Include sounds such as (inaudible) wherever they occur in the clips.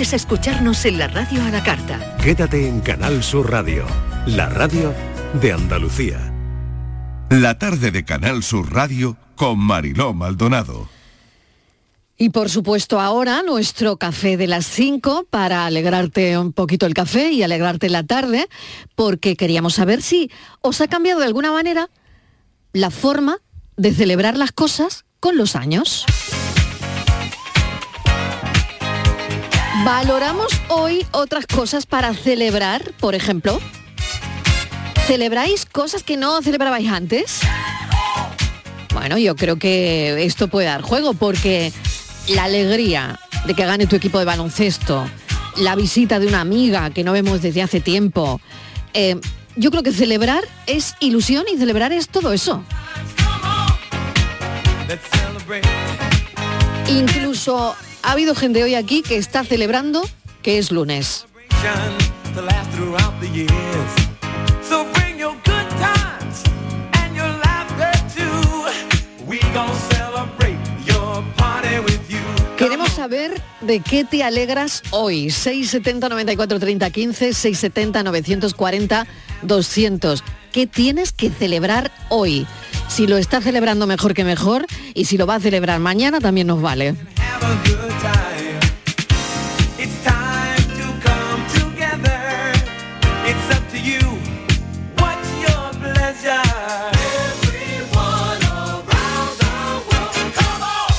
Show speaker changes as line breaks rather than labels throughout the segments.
Es escucharnos en la radio a la carta.
Quédate en Canal Sur Radio, la radio de Andalucía.
La tarde de Canal Sur Radio con Mariló Maldonado.
Y por supuesto ahora nuestro café de las 5 para alegrarte un poquito el café y alegrarte la tarde, porque queríamos saber si os ha cambiado de alguna manera la forma de celebrar las cosas con los años. Valoramos hoy otras cosas para celebrar, por ejemplo. ¿Celebráis cosas que no celebrabais antes? Bueno, yo creo que esto puede dar juego porque la alegría de que gane tu equipo de baloncesto, la visita de una amiga que no vemos desde hace tiempo. eh, yo creo que celebrar es ilusión y celebrar es todo eso. Incluso ha habido gente hoy aquí que está celebrando que es lunes.
to last throughout the years. So bring your good times and your laughter too. We gon' celebrate your party with you.
Queremos saber de qué te alegras hoy. 670 94 30 15, 670 940 200. ¿Qué tienes que celebrar hoy? Si lo está celebrando mejor que mejor y si lo va a celebrar mañana también nos vale.
It's time to come together. It's up to you. What's your pleasure? Everyone around the world, come on.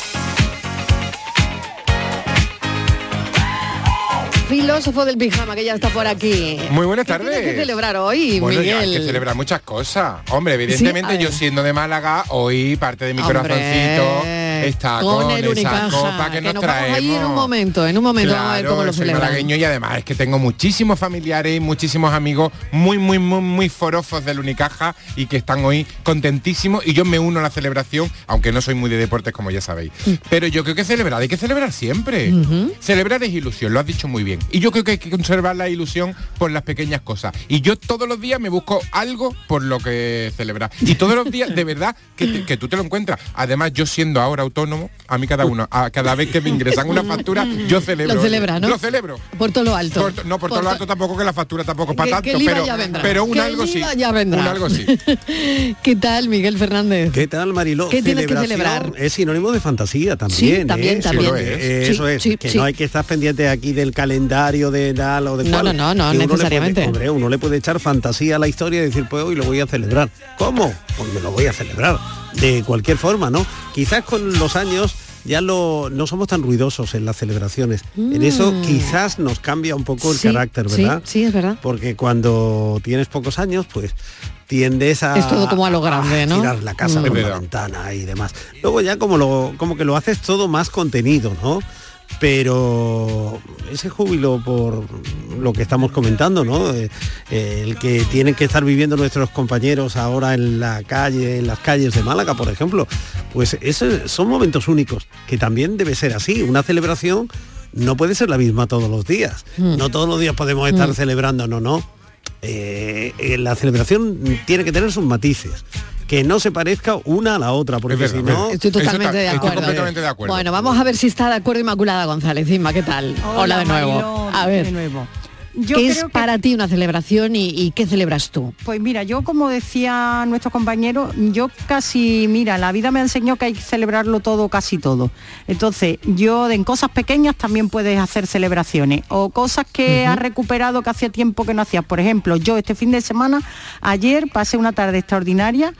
Filósofo del pijama que ya está por aquí.
Muy buenas
¿Qué
tardes.
Tienes que celebrar hoy,
Bueno, ya hay que
Miguel.
celebrar muchas cosas. Hombre, evidentemente
Sí, a
yo
ver.
siendo de Málaga, hoy parte de mi
Hombre,
corazoncito está con,
el
esa
Unicaja,
copa que nos,
nos vamos
traemos.
a ir en un momento, en un momento vamos a ver
Claro,
cómo lo
soy
celebran.
malagueño y además es que tengo muchísimos familiares y muchísimos amigos muy, muy, muy, muy forofos del Unicaja y que están hoy contentísimos y yo me uno a la celebración, aunque no soy muy de deportes como ya sabéis.
Mm.
Pero yo creo que celebrar, hay que celebrar siempre. Celebrar es ilusión, lo has dicho muy bien. Y yo creo que hay que conservar la ilusión por las pequeñas cosas. Y yo todos los días me busco algo por lo que celebrar. Y todos los días, de verdad, que, te- que tú te lo encuentras. Además, yo siendo ahora autónomo, a mí cada uno, a cada vez que me ingresan
(clears throat) (laughs)
una factura, yo celebro.
Lo celebra, ¿no?
Lo celebro.
Por todo lo alto.
Por to- no, por, todo lo alto tampoco, que la factura tampoco es
Que-
para
que
tanto,
el IVA
pero,
ya vendrá.
pero un
Que el
algo sí.
IVA ya vendrá.
Un algo sí.
(laughs) ¿Qué tal, Miguel Fernández?
¿Qué tal, Mariló?
¿Qué tienes que
Celebración
celebrar?
Es sinónimo de fantasía también.
Sí, también,
¿eh?
también.
Eso es. eh,
Sí,
eso es,
sí,
que
sí.
no hay que estar pendiente aquí del calendario de tal o de
No,
cual.
no, no, no,
Que uno le puede-
necesariamente.
hombre, uno le puede echar fantasía a la historia y decir, pues hoy lo voy a celebrar. ¿Cómo? Pues me lo voy a celebrar. De cualquier forma, ¿no? Quizás con los años ya lo- no somos tan ruidosos en las celebraciones. En eso
Mm.
quizás nos cambia un poco el
Sí,
carácter,
sí,
¿verdad?
sí, es verdad.
Porque cuando tienes pocos años, pues tiendes a...
Es todo como a lo grande, ¿no?
Tirar la casa
Mm.
por
Es
la
verdad.
ventana y demás. Luego ya como lo como que lo haces todo más contenido, ¿no? Pero ese júbilo por lo que estamos comentando, ¿no? Eh, eh, El que tienen que estar viviendo nuestros compañeros ahora en la calle, en las calles de Málaga, por ejemplo, pues eso son momentos únicos, que también debe ser así. Una celebración no puede ser la misma todos los días.
Hmm.
Mm.
No todos los días podemos estar
Mm.
celebrando, no, no. Eh, eh, la celebración tiene que tener sus matices. Que no se parezca una a la otra, porque si no...
Estoy totalmente de acuerdo. eh. Bueno, vamos a ver si está de acuerdo Inmaculada González. Inma, ¿qué tal? Hola, de nuevo.
Mariló,
a ver.
de nuevo. Yo
¿Qué
creo
es
que-
para ti una celebración y, y qué celebras tú?
Pues mira, yo como decía nuestro compañero, yo casi, mira, la vida me ha enseñado que hay que celebrarlo todo, casi todo. Entonces, yo de- en cosas pequeñas también puedes hacer celebraciones o cosas que has recuperado que hacía tiempo que no hacías. Por ejemplo, yo este fin de semana, ayer pasé una tarde extraordinaria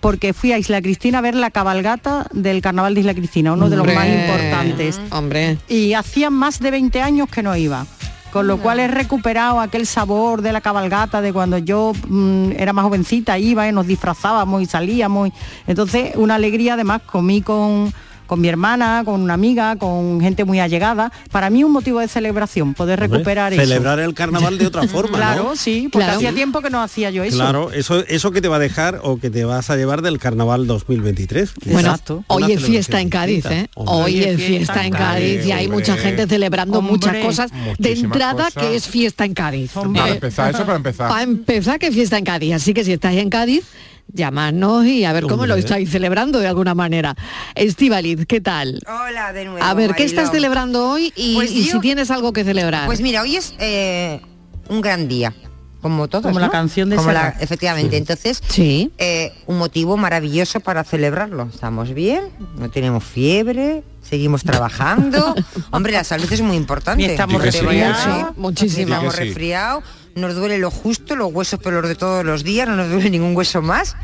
porque fui a Isla Cristina a ver la cabalgata del Carnaval de Isla Cristina, uno de los más
Hombre,
importantes.
Hombre.
y hacía más de 20 años que no iba. Con lo cual he recuperado aquel sabor de la cabalgata de cuando yo mm, era más jovencita, iba y nos disfrazábamos y salíamos. y- Entonces, una alegría además, comí con, con mi hermana, con una amiga, con gente muy allegada. Para mí un motivo de celebración, poder
Hombre,
recuperar eso.
celebrar el carnaval de
(laughs)
otra forma, ¿no?
Claro, sí, porque
Claro.
hacía tiempo que no hacía yo eso.
Claro, eso, eso que te va a dejar o que te vas a llevar del carnaval 2023.
Bueno,
quizás. Una
hoy es
celebración
fiesta en Cádiz,
distinta.
¿eh? Hoy es fiesta en Cádiz y hay
hombre.
mucha gente celebrando
Hombre.
muchas cosas. De
Muchísimas
entrada,
cosas.
que es fiesta en Cádiz. Eh,
Para empezar, eso para empezar.
Para empezar, que fiesta en Cádiz. Así que si estáis en Cádiz, llamarnos y a ver cómo lo
Hombre.
estáis celebrando de alguna manera. Estivaliz, ¿qué tal?
Hola de nuevo.
A ver, ¿qué estás
Mariló?
celebrando hoy y,
Pues
y
yo-
si tienes algo que celebrar?
Pues mira, hoy es eh, un gran día, como todos.
Como la
¿no?
canción de
Como la-
Serrat.
Efectivamente, entonces,
Sí.
eh, un motivo maravilloso para celebrarlo. Estamos bien, no tenemos fiebre, seguimos
(laughs)
trabajando. Hombre, la salud es muy importante.
Ni estamos
No te voy a
resfriados.
decir,
Muchísimo.
ni Estamos
Sí que sí.
resfriados, nos duele lo justo, los huesos pelos de todos los días, no nos duele ningún hueso más.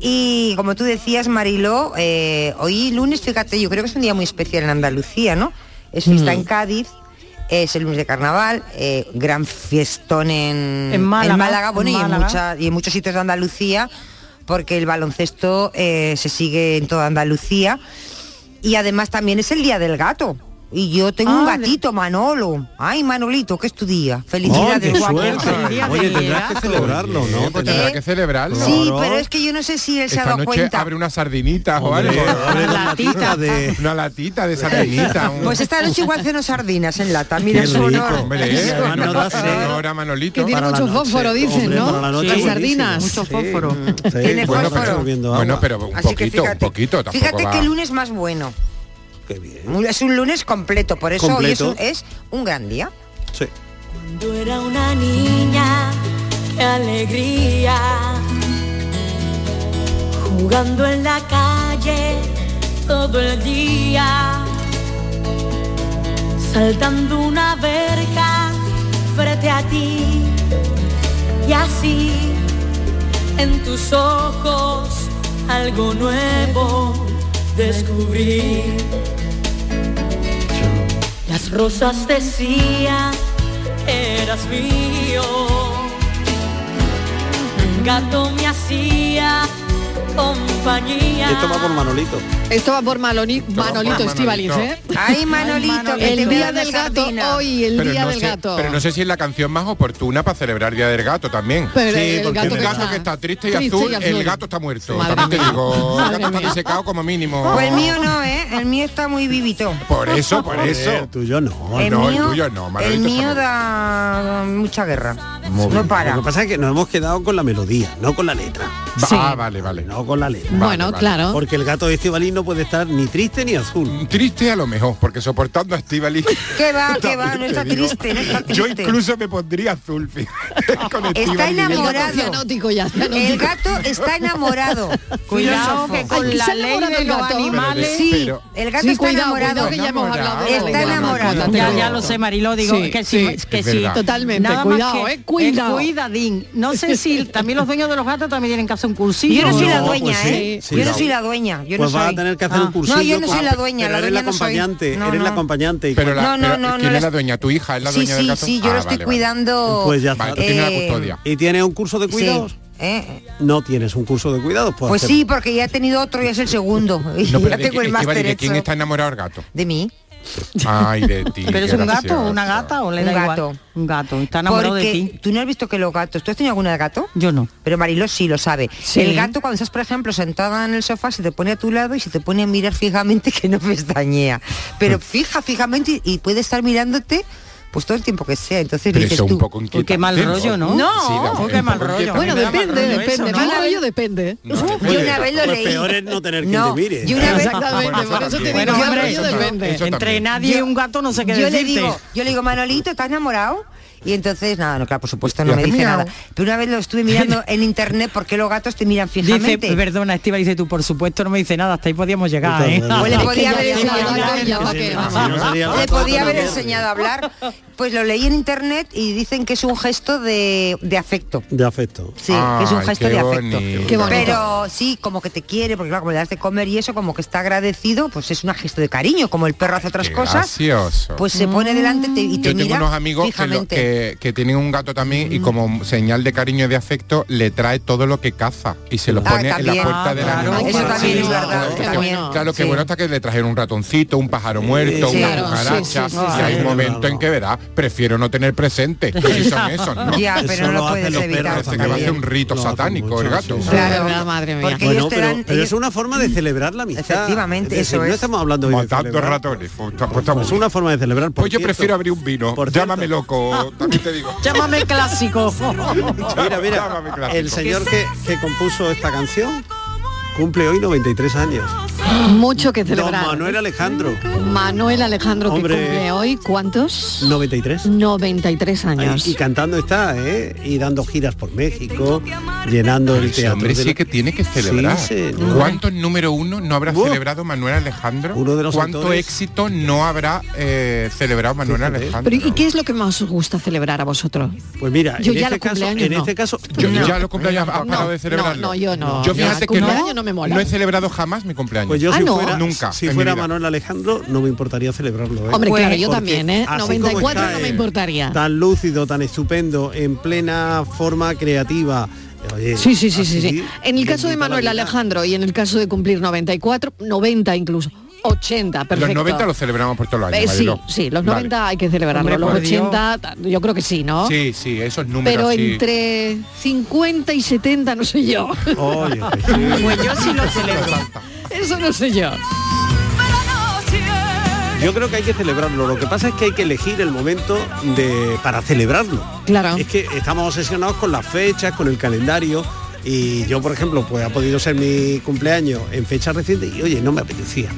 Y como tú decías, Mariló, eh, hoy lunes, fíjate, yo creo que es un día muy especial en Andalucía, ¿no? Es fiesta
Mm.
en Cádiz, es el lunes de carnaval, eh, gran fiestón en,
En Málaga,
bueno,
en
y en
Málaga.
muchas y en muchos sitios de Andalucía, porque el baloncesto eh, se sigue en toda Andalucía. Y además también es el día del gato. Y yo tengo un
Ah, de-
gatito, Manolo. Ay, Manolito, que es tu día. Felicidades,
¡Ay, Oh, qué
guapo.
suerte!
El día
Oye,
del
tendrás que
gato.
celebrarlo, ¿no?
Bien, pues tendrá
¿Eh?
que celebrarlo.
Sí,
Claro.
pero es que yo no sé si él se ha
Esta
dado
noche
cuenta.
abre unas sardinitas o
Hombre,
algo.
abre dos
Latita.
latitas de...
Una latita de sardinita. un-
(laughs) Pues esta noche igual ceno sardinas en lata. Mira,
Qué
es un honor.
rico,
Hombre, ¿eh?
Y además no da sed.
Ahora Manolito.
Que tiene
Para la
mucho
noche,
fósforo, dicen,
hombre,
¿no?
para la noche
Las
buenísimo.
sardinas.
Mucho fósforo.
(laughs) Tiene
Mm. bueno,
fósforo.
pero,
Absorbiendo agua.
bueno, pero un
Así que
poquito, un
fíjate,
poquito. Tampoco
fíjate
va-
qué lunes más bueno.
Qué bien.
Es un lunes completo, por eso hoy
Completo.
es un, es un gran día.
Sí.
Cuando era una niña, qué alegría. Jugando en la calle todo el día. Saltando una verja frente a ti. Y así, en tus ojos, algo nuevo descubrí. Las rosas decían que eras mío. Un gato me hacía compañía.
Esto va por Manolito.
Esto va por Maloni- Manolito
Manolito.
Estivaliz, ¿eh?
Ay, Manolito, que te
El
veo
día
una
del gato
sardina.
hoy, el
pero
día
no
del
sé,
gato.
Pero no sé si es la canción más oportuna para celebrar Día del Gato también.
Pero
Sí,
el
porque
gato,
el
que,
gato
está,
que está triste y, azul, el gato está muerto.
Madre
También te
mía.
digo, el
Madre
gato está
mía.
disecado como mínimo.
Pues el mío no, ¿eh? El mío está muy vivito.
Oh. Por
(laughs)
eso, por
El
eso.
tuyo no.
Eh, no, el tuyo no, Manolito
el
está
mío
muy-
da mucha guerra.
Muy bien.
No para.
Lo que pasa es que nos hemos quedado con la melodía, no con la letra.
Va-
Sí.
Ah, vale, vale.
No con la letra.
Vale,
Bueno,
vale.
claro.
Porque el gato de Estivalín no puede estar ni triste ni azul.
Triste a lo mejor, porque soportando a Estivali. (laughs)
¿Qué va, qué va?
También
No
te
está
digo.
triste, no está
Yo
triste.
incluso me pondría azul fíjate, (laughs) con
Está
Estíbaliz.
enamorado.
El gato cianótico ya, cianótico.
El gato
(laughs)
está enamorado.
Cuidado
Filósofo.
que
Ay,
con
que se
la
ha
ley
enamorado
de
el
los
gato.
animales.
Sí,
Pero-
el gato
Sí,
está
cuidado,
enamorado.
cuidado, que ya hemos hablado.
Está
de la ley de la
enamorado.
mascota, te
Ya,
lo
ya
digo.
lo sé, Mariló, digo
Sí,
que sí,
sí,
que
es
sí.
verdad.
Totalmente,
más
cuidado, eh, cuidado.
eh, cuidadín. No sé si también los dueños de los gatos también tienen que hacer un cursillo.
Yo no soy la
No, pues
dueña,
sí,
¿eh?
sí,
yo no
no.
soy la dueña. Yo
pues
no
vas
soy.
a tener que hacer
Ah.
un cursillo.
No, yo no
con-
soy la dueña,
Pero
la
eres
dueña
la
no soy.
acompañante,
No,
eres la
no.
acompañante. y-
Pero la,
No, no,
pero
no,
¿quién
no
es
las-
la dueña? ¿Tu hija es la
Sí,
dueña del
sí,
gato?
sí, yo
Ah,
lo estoy
vale, vale.
cuidando.
Pues ya
Vale,
está.
tú tienes la
Eh,
custodia.
¿Y tienes un curso de
sí,
cuidados?
¿eh?
No tienes un curso de cuidados.
Pues
hacer-
sí, porque ya he tenido otro y es el segundo. Y
No, pero
ya
de, qui-
tengo el
Estíbaliz,
máster
¿de quién
hecho.
está enamorado el
(laughs)
gato?
De mí.
Ay, de ti.
Pero es
qué
un gato,
gracioso.
una gata o le
Un
da
gato.
igual. Un gato, está enamorado
porque
de ti.
tú no has visto que los gatos... ¿Tú has tenido alguna de gato?
Yo no.
Pero Mariló sí lo sabe.
Sí.
El gato cuando estás, por ejemplo, sentada en el sofá, se te pone a tu lado y se te pone a mirar fijamente que no pestañea. Pero fija, fijamente y, y puede estar mirándote pues todo el tiempo que sea. Entonces
Pero
dices
eso es
tú,
un poco inquietante.
qué mal rollo, ¿no?
No,
Sí, da un-
oh, qué
un
mal
poco
rollo.
inquietante.
Bueno,
A mí me da
depende,
mal rollo eso, ¿no?
depende. Mal rollo depende.
No, te
Yo
puede.
una vez lo
Pues
leí.
peor es no tener quien
No,
te mire.
yo una vez-
Exactamente, por eso te digo,
Bueno,
Bueno,
mal
hombre,
rollo
eso también.
depende.
Eso
Entre
también.
nadie y
Yo-
un gato no sé qué
yo
decirte.
le digo, yo le digo, Manolito, ¿estás enamorado? Y entonces, nada, no, claro, por supuesto no
Y
me
hace
dice
miau.
nada. Pero una vez lo estuve mirando en internet porque los gatos te miran
Dice,
fijamente.
perdona, Estiva, dice tú, por supuesto no me dice nada, hasta ahí podíamos llegar,
Puta
¿eh?
madre.
O le
Es que
podía
ya
haber
ves, ya
enseñado
ves,
a hablar.
ya va
Sí,
que-
no, si no sería el
Le
gato,
podía
no
haber
tendría-
enseñado a hablar. Pues lo leí en internet y dicen que es un gesto de, de afecto.
De afecto.
Sí,
Ay,
que es un gesto
qué
de afecto.
bonito.
Qué bonito.
Pero sí, como que te quiere, porque claro, como le das de comer y eso, como que está agradecido, pues es un gesto de cariño, como el perro hace otras
Qué
cosas.
gracioso.
Pues se pone delante te- y te
Yo tengo
mira
unos amigos que, lo-
fijamente. Mm.
que- que tienen un gato también y como señal de cariño y de afecto le trae todo lo que caza y se lo
Ah,
pone en la
también.
puerta
Ah,
del
claro.
animal.
Eso
para-
también es verdad,
Claro, que-
también.
Claro, que
Sí.
bueno hasta que le trajeron un ratoncito, un pájaro muerto,
sí.
una
Claro,
sí,
cucaracha.
sí,
sí,
sí.
y hay
Sí,
un momento
no,
en
no.
que verá, prefiero no tener presente. Y
(laughs)
son esos, ¿no?
Ya,
Eso
pero no lo
hacen
puedes
los perros
evitar.
Parece que va a hacer un rito
Lo hacen
satánico
mucho,
el gato.
sí, sí.
Claro, verdad, madre mía.
Porque
Bueno,
ellos te
pero,
dan-
pero
ellos-
es una forma de celebrar la amistad.
(laughs) Efectivamente,
Es decir, No
eso es.
estamos hablando hoy de
Matando
celebrar.
ratones. Pues, pues, pues,
Es una forma de celebrar. por
Pues yo
cierto.
prefiero abrir un vino.
Por
Llámame
cierto.
loco. también te digo.
(laughs) Llámame clásico.
Ah, Mira,
Llámame
mira,
clásico.
el señor que, que compuso esta canción cumple hoy 93 años.
Mucho que
Don
celebrar.
Manuel Alejandro,
Manuel Alejandro
Hombre.
que cumple hoy, ¿cuántos?
93.
93
Ahí,
años.
y cantando está, ¿eh? Y dando giras por México, llenando el
Ese
teatro.
hombre
de
sí
la-
que tiene que celebrar.
Sí, señor.
¿Cuántos número uno no habrá
Buah.
celebrado Manuel Alejandro?
Uno de los
¿Cuánto
autores.
éxito no habrá eh, celebrado Manuel
Fíjate.
Alejandro?
Pero, ¿Y qué es lo que más os gusta celebrar a vosotros?
Pues mira,
Yo
en,
ya
este
los
caso,
cumpleaños
en
no.
este caso,
Yo,
No.
Ya los cumpleaños has
No,
parado de
no,
celebrarlo.
no, yo no.
Yo
Yo al
fíjate que no,
cumpleaños no me mola.
no he celebrado jamás mi cumpleaños.
pues yo
Ah,
si
no.
fuera,
Nunca
si
en mi
fuera
vida.
Manuel Alejandro, no me importaría celebrarlo. ¿eh?
Hombre,
Pues,
claro, yo
porque
también, ¿eh?
así como
94
está
no me
él,
importaría.
Tan lúcido, tan estupendo, en plena forma creativa. Oye,
Sí, sí, sí,
así
sí, sí. En el caso de
bendita la
Manuel
vida.
Alejandro y en el caso de cumplir 94, 90 incluso, 80, perfecto.
Los 90 los celebramos por todos los años.
Eh, sí,
Mariló.
sí, los
Vale.
90 hay que celebrarlo,
Hombre, por
los 80 yo creo que sí, ¿no?
Sí, sí, esos números.
Pero
sí.
entre 50 y 70 no sé yo. (laughs)
Oye, pues sí.
Pues yo sí lo celebro.
Eso no sé yo.
Yo creo que hay que celebrarlo. Lo que pasa es que hay que elegir el momento de, para celebrarlo.
Claro.
Es que estamos obsesionados con las fechas, con el calendario. Y yo, por ejemplo, pues ha podido ser mi cumpleaños en fecha reciente y oye, no me apetecía.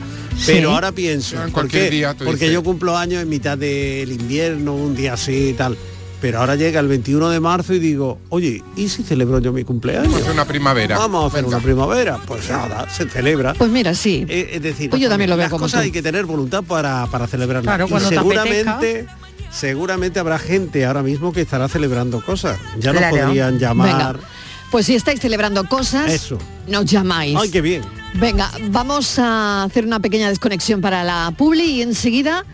Pero
Sí.
ahora pienso,
En
¿por
cualquier
qué?
día tú
porque
dices.
yo cumplo años en mitad del invierno, un día así y tal. Pero ahora llega el 21 de marzo y digo, oye, ¿y si celebro yo mi cumpleaños?
Vamos a hacer una primavera.
Vamos a hacer
Venga.
una primavera. Pues nada, se celebra.
Pues mira, sí.
Eh, Es decir,
Pues yo también lo veo
las
como
cosas
tú.
hay que tener voluntad para, para celebrarlas.
Claro,
Y
cuando te
seguramente, seguramente habrá gente ahora mismo que estará celebrando cosas. Ya nos
Claro.
podrían llamar.
Venga. Pues si estáis celebrando cosas,
Eso.
nos llamáis.
Ay, qué bien.
Venga, vamos a hacer una pequeña desconexión para la publi y enseguida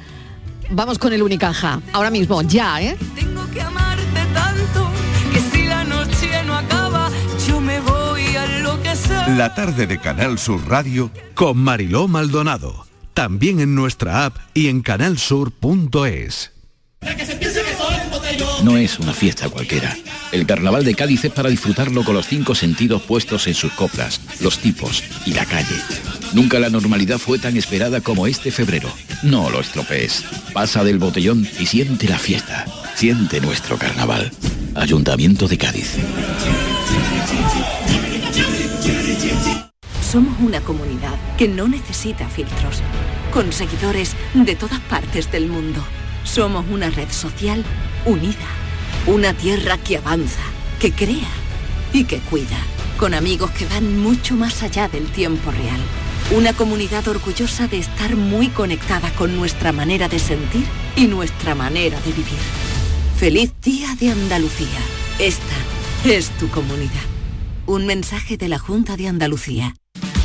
vamos con el Unicaja. Ahora mismo, ya, ¿eh?
Tengo que amarte tanto que si la noche no acaba, yo me voy a enloquecer.
La tarde de Canal Sur Radio
Con Mariló Maldonado. También en nuestra app y en canalsur.es.
No es una fiesta cualquiera. El carnaval de Cádiz es para disfrutarlo con los cinco sentidos puestos en sus coplas, los tipos y la calle. Nunca la normalidad fue tan esperada como este febrero. No lo estropees. Pasa del botellón y siente la fiesta. Siente nuestro carnaval. Ayuntamiento de Cádiz.
Somos una comunidad que no necesita filtros, con seguidores de todas partes del mundo. Somos una red social unida, una tierra que avanza, que crea y que cuida, con amigos que van mucho más allá del tiempo real. Una comunidad orgullosa de estar muy conectada con nuestra manera de sentir y nuestra manera de vivir. Feliz Día de Andalucía. Esta es tu comunidad. Un mensaje de la Junta de Andalucía.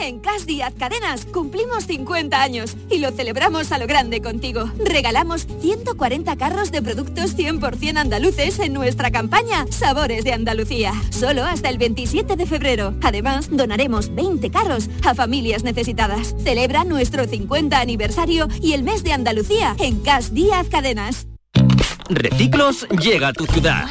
En Cash Díaz Cadenas cumplimos 50 años y lo celebramos a lo grande contigo. Regalamos 140 carros de productos 100% andaluces en nuestra campaña Sabores de Andalucía, solo hasta el 27 de febrero. Además, donaremos 20 carros a familias necesitadas. Celebra nuestro 50 aniversario y el mes de Andalucía en Cash Díaz Cadenas.
Reciclos llega a tu ciudad.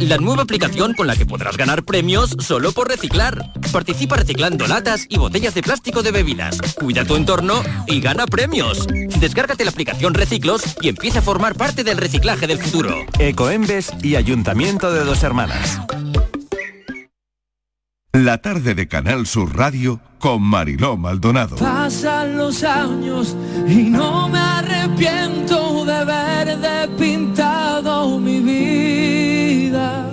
La nueva aplicación con la que podrás ganar premios solo por reciclar. Participa reciclando latas y botellas de plástico de bebidas. Cuida tu entorno y gana premios. Descárgate la aplicación Reciclos y empieza a formar parte del reciclaje del futuro.
Ecoembes y Ayuntamiento de Dos Hermanas.
La tarde de Canal Sur Radio con Mariló Maldonado.
Pasan los años y no me arrepiento de haber despintado mi vida.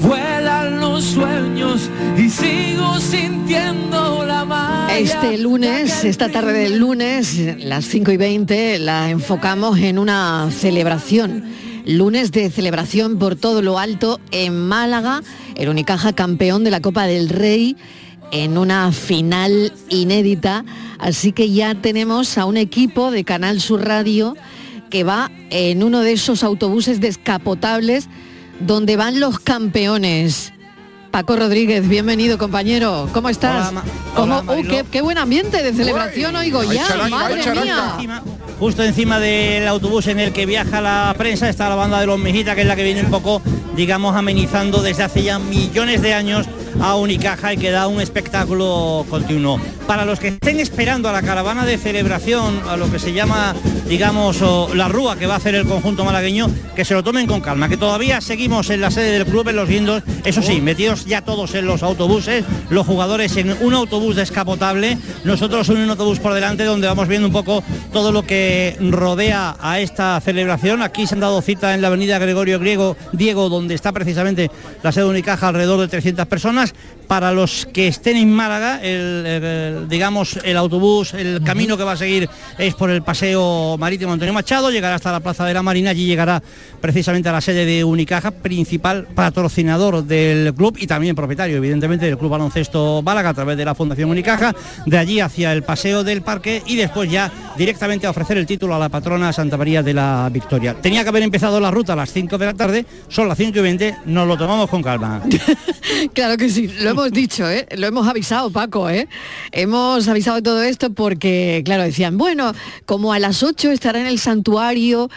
Vuelan los sueños años y sigo sintiendo la malla.
Este lunes, esta tarde del lunes, las 5 y 20, la enfocamos en una celebración. Lunes de celebración por todo lo alto en Málaga, el Unicaja campeón de la Copa del Rey en una final inédita. Así que ya tenemos a un equipo de Canal Sur Radio que va en uno de esos autobuses descapotables donde van los campeones. Paco Rodríguez, bienvenido compañero, ¿cómo estás?
Hola, Ma-
¿Cómo-
hola,
¡Uy, qué, qué buen ambiente de celebración oigo
Ay,
ya,
charanga,
madre
ay, charanga.
mía.
Justo encima del autobús en el que viaja la prensa está la banda de los Mijitas, que es la que viene un poco, digamos, amenizando desde hace ya millones de años a Unicaja y que da un espectáculo continuo. Para los que estén esperando a la caravana de celebración, a lo que se llama, digamos, o la rúa que va a hacer el conjunto malagueño, que se lo tomen con calma, que todavía seguimos en la sede del club, en los guindos, eso sí, metidos ya todos en los autobuses, los jugadores en un autobús descapotable, nosotros en un autobús por delante donde vamos viendo un poco todo lo que rodea a esta celebración. Aquí se han dado cita en la avenida Gregorio Griego, Diego, donde está precisamente la sede de Unicaja, alrededor de 300 personas. Para los que estén en Málaga, el, el, digamos, el autobús, el camino que va a seguir es por el paseo marítimo Antonio Machado, llegará hasta la Plaza de la Marina, allí llegará precisamente a la sede de Unicaja, principal patrocinador del club y también propietario, evidentemente, del Club Baloncesto Málaga a través de la Fundación Unicaja, de allí hacia el paseo del parque y después ya directamente a ofrecer el título a la patrona Santa María de la Victoria. Tenía que haber empezado la ruta a las 5 de la tarde, son las 5 y 20, nos lo tomamos con calma.
(laughs) Claro que sí, lo hemos dicho, ¿eh? lo hemos avisado Paco, ¿eh? hemos avisado de todo esto porque, claro, decían, bueno, como a las 8 estará en el santuario,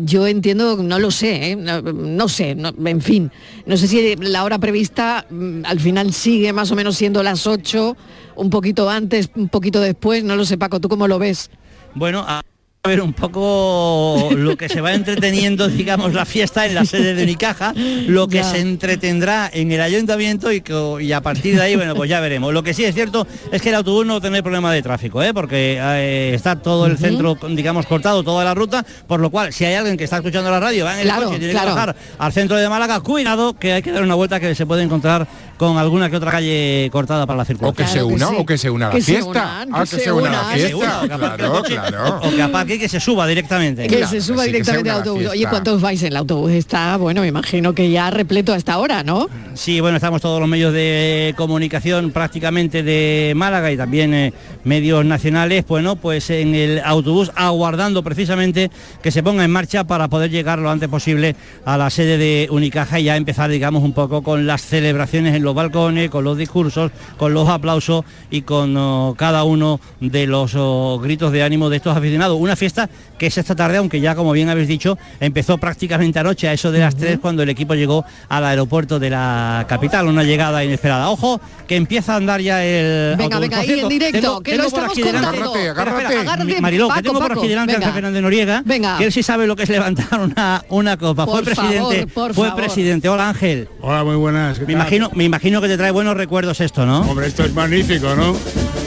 yo entiendo, no lo sé, ¿eh? no, no sé, no- en fin, no sé si la hora prevista mm, al final sigue más o menos siendo las 8, un poquito antes, un poquito después, no lo sé Paco, ¿tú cómo lo ves?
Bueno, a ver un poco lo que se va entreteniendo, (laughs) digamos, la fiesta en la sede de Unicaja, lo que
Ya.
se entretendrá en el ayuntamiento y, co- y a partir de ahí, bueno, pues ya veremos. Lo que sí es cierto es que el autobús no va a tener problema de tráfico, ¿eh? porque eh, está todo el
Ujú.
centro, digamos, cortado, toda la ruta, por lo cual, si hay alguien que está escuchando la radio, va en el
Claro,
coche y tiene
claro.
que bajar al centro de Málaga, cuidado, que hay que dar una vuelta que se puede encontrar con alguna que otra calle cortada para la circulación. O
que se Claro que una, sí. o que se una a la Que se fiesta. unan, Ah, que que se se una a la unan. fiesta, claro, claro.
O que aparque y que se suba directamente.
Que se suba directamente al autobús. Oye, ¿cuántos vais? El autobús está, bueno, me imagino que ya repleto hasta ahora, ¿no?
Sí, bueno, estamos todos los medios de comunicación prácticamente de Málaga y también eh, medios nacionales, bueno, pues en el autobús aguardando precisamente que se ponga en marcha para poder llegar lo antes posible a la sede de Unicaja y ya empezar, digamos, un poco con las celebraciones en los balcones, con los discursos, con los aplausos y con oh, cada uno de los oh, gritos de ánimo de estos aficionados. Una fiesta que es esta tarde, aunque ya, como bien habéis dicho, empezó prácticamente anoche, a eso de las 3, cuando el equipo llegó al aeropuerto de la capital. Una llegada inesperada. Ojo, que empieza a andar ya el
Venga,
autobús.
venga,
Por
ahí
cierto,
en directo,
tengo-
que
tengo
lo
por
estamos
aquí delante-
contando.
Espera, espera,
Agárrate, agárrate,
Mariló, que
Paco,
tengo por
Paco,
aquí delante a
venga.
Fernández Noriega,
Venga.
que él sí sabe lo que es levantar una, una copa.
Por
fue presidente,
favor, por
fue
favor.
presidente. Hola, Ángel.
Hola, muy buenas.
Me imagino, me imagino que te trae buenos recuerdos esto, ¿no?
Hombre, esto es magnífico, ¿no?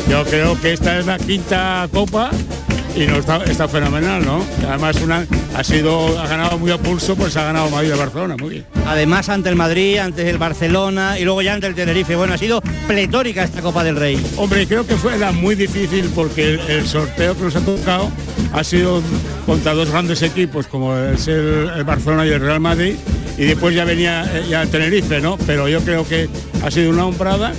Yo creo que esta es la quinta copa y no está, está fenomenal, ¿no? Además una ha sido ha ganado muy a pulso, pues ha ganado Madrid y Barcelona, muy bien.
Además ante el Madrid, ante el Barcelona y luego ya ante el Tenerife. Bueno, ha sido pletórica esta Copa del Rey.
Hombre, creo que fue la muy difícil porque el, el sorteo que nos ha tocado ha sido contra dos grandes equipos como es el, el Barcelona y el Real Madrid y después ya venía eh, ya el Tenerife, ¿no? Pero yo creo que ha sido una hombrada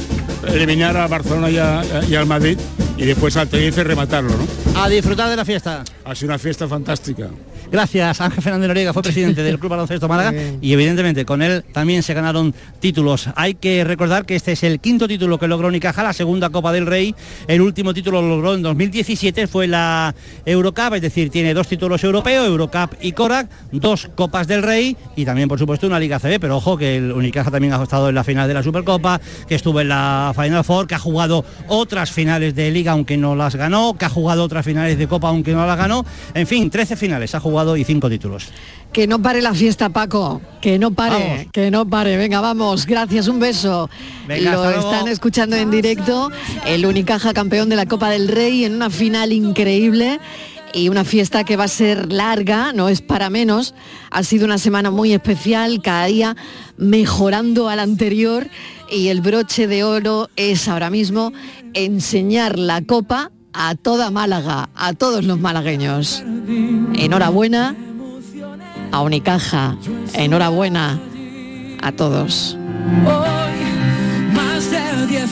eliminar al Barcelona y, a- y al Madrid y después al Tenerife rematarlo, ¿no?
A disfrutar de la fiesta.
Ha sido una fiesta fantástica.
Gracias, Ángel Fernández Noriega
(laughs)
fue presidente del Club Baloncesto Málaga y evidentemente con él también se ganaron títulos. Hay que recordar que este es el quinto título que logró Unicaja, la segunda Copa del Rey. El último título lo logró en 2017, fue la Eurocup, es decir, tiene dos títulos europeos, Eurocup y Korak, dos Copas del Rey y también, por supuesto, una Liga CB, pero ojo que el Unicaja también ha estado en la final de la Supercopa, que estuvo en la Final Four, que ha jugado otras finales de Liga aunque no las ganó, que ha jugado otras finales de Copa aunque no las ganó. En fin, 13 finales ha jugado y 5 títulos.
Que no pare la fiesta, Paco. Que no pare,
Vamos.
que no pare. Venga, vamos. Gracias, un beso.
Venga,
Lo
hasta luego.
están escuchando en directo. El Unicaja campeón de la Copa del Rey en una final increíble. Y una fiesta que va a ser larga, no es para menos. Ha sido una semana muy especial, cada día mejorando al anterior. y el broche de oro es ahora mismo enseñar la copa a toda Málaga, a todos los malagueños. Enhorabuena a Unicaja, enhorabuena a todos.
Hoy más de 10.000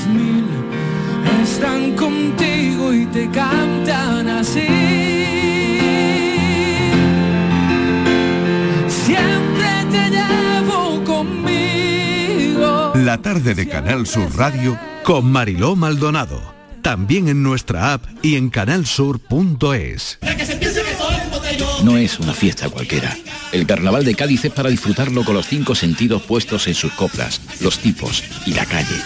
están contigo y te cantan así. Siempre te llevo conmigo.
La tarde de Canal Sur Radio con Mariló Maldonado. También en nuestra app y en canalsur.es.
que se piense que soy un botellón.
No es una fiesta cualquiera. El carnaval de Cádiz es para disfrutarlo con los cinco sentidos puestos en sus coplas, los tipos y la calle.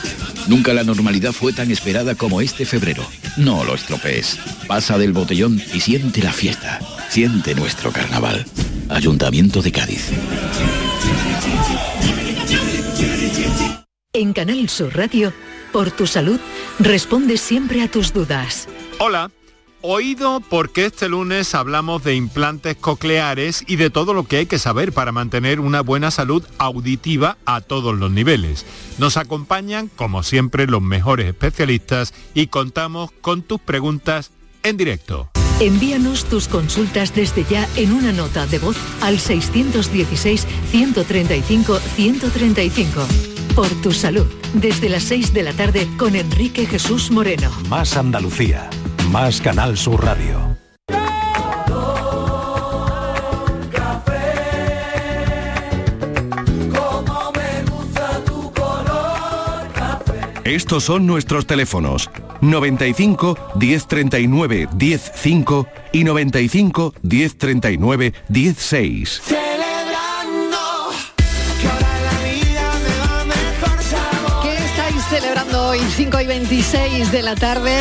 Nunca la normalidad fue tan esperada como este febrero. No lo estropees. Pasa del botellón y siente la fiesta. Siente nuestro carnaval. Ayuntamiento de Cádiz.
En Canal Sur Radio, por tu salud, responde siempre a tus dudas.
Hola, oído porque este lunes hablamos de implantes cocleares y de todo lo que hay que saber para mantener una buena salud auditiva a todos los niveles. Nos acompañan, como siempre, los mejores especialistas y contamos con tus preguntas en directo.
Envíanos tus consultas desde ya en una nota de voz al 616-135-135. Por tu salud, desde las 6 de la tarde con Enrique Jesús Moreno.
Más Andalucía. Más Canal Sur Radio.
Como me gusta tu color café.
Estos son nuestros teléfonos 95 1039 105 y 95 1039 16.
Celebrando que ahora en la vida me va mejor sabor.
¿Qué estáis celebrando hoy? 5 y 26 de la tarde.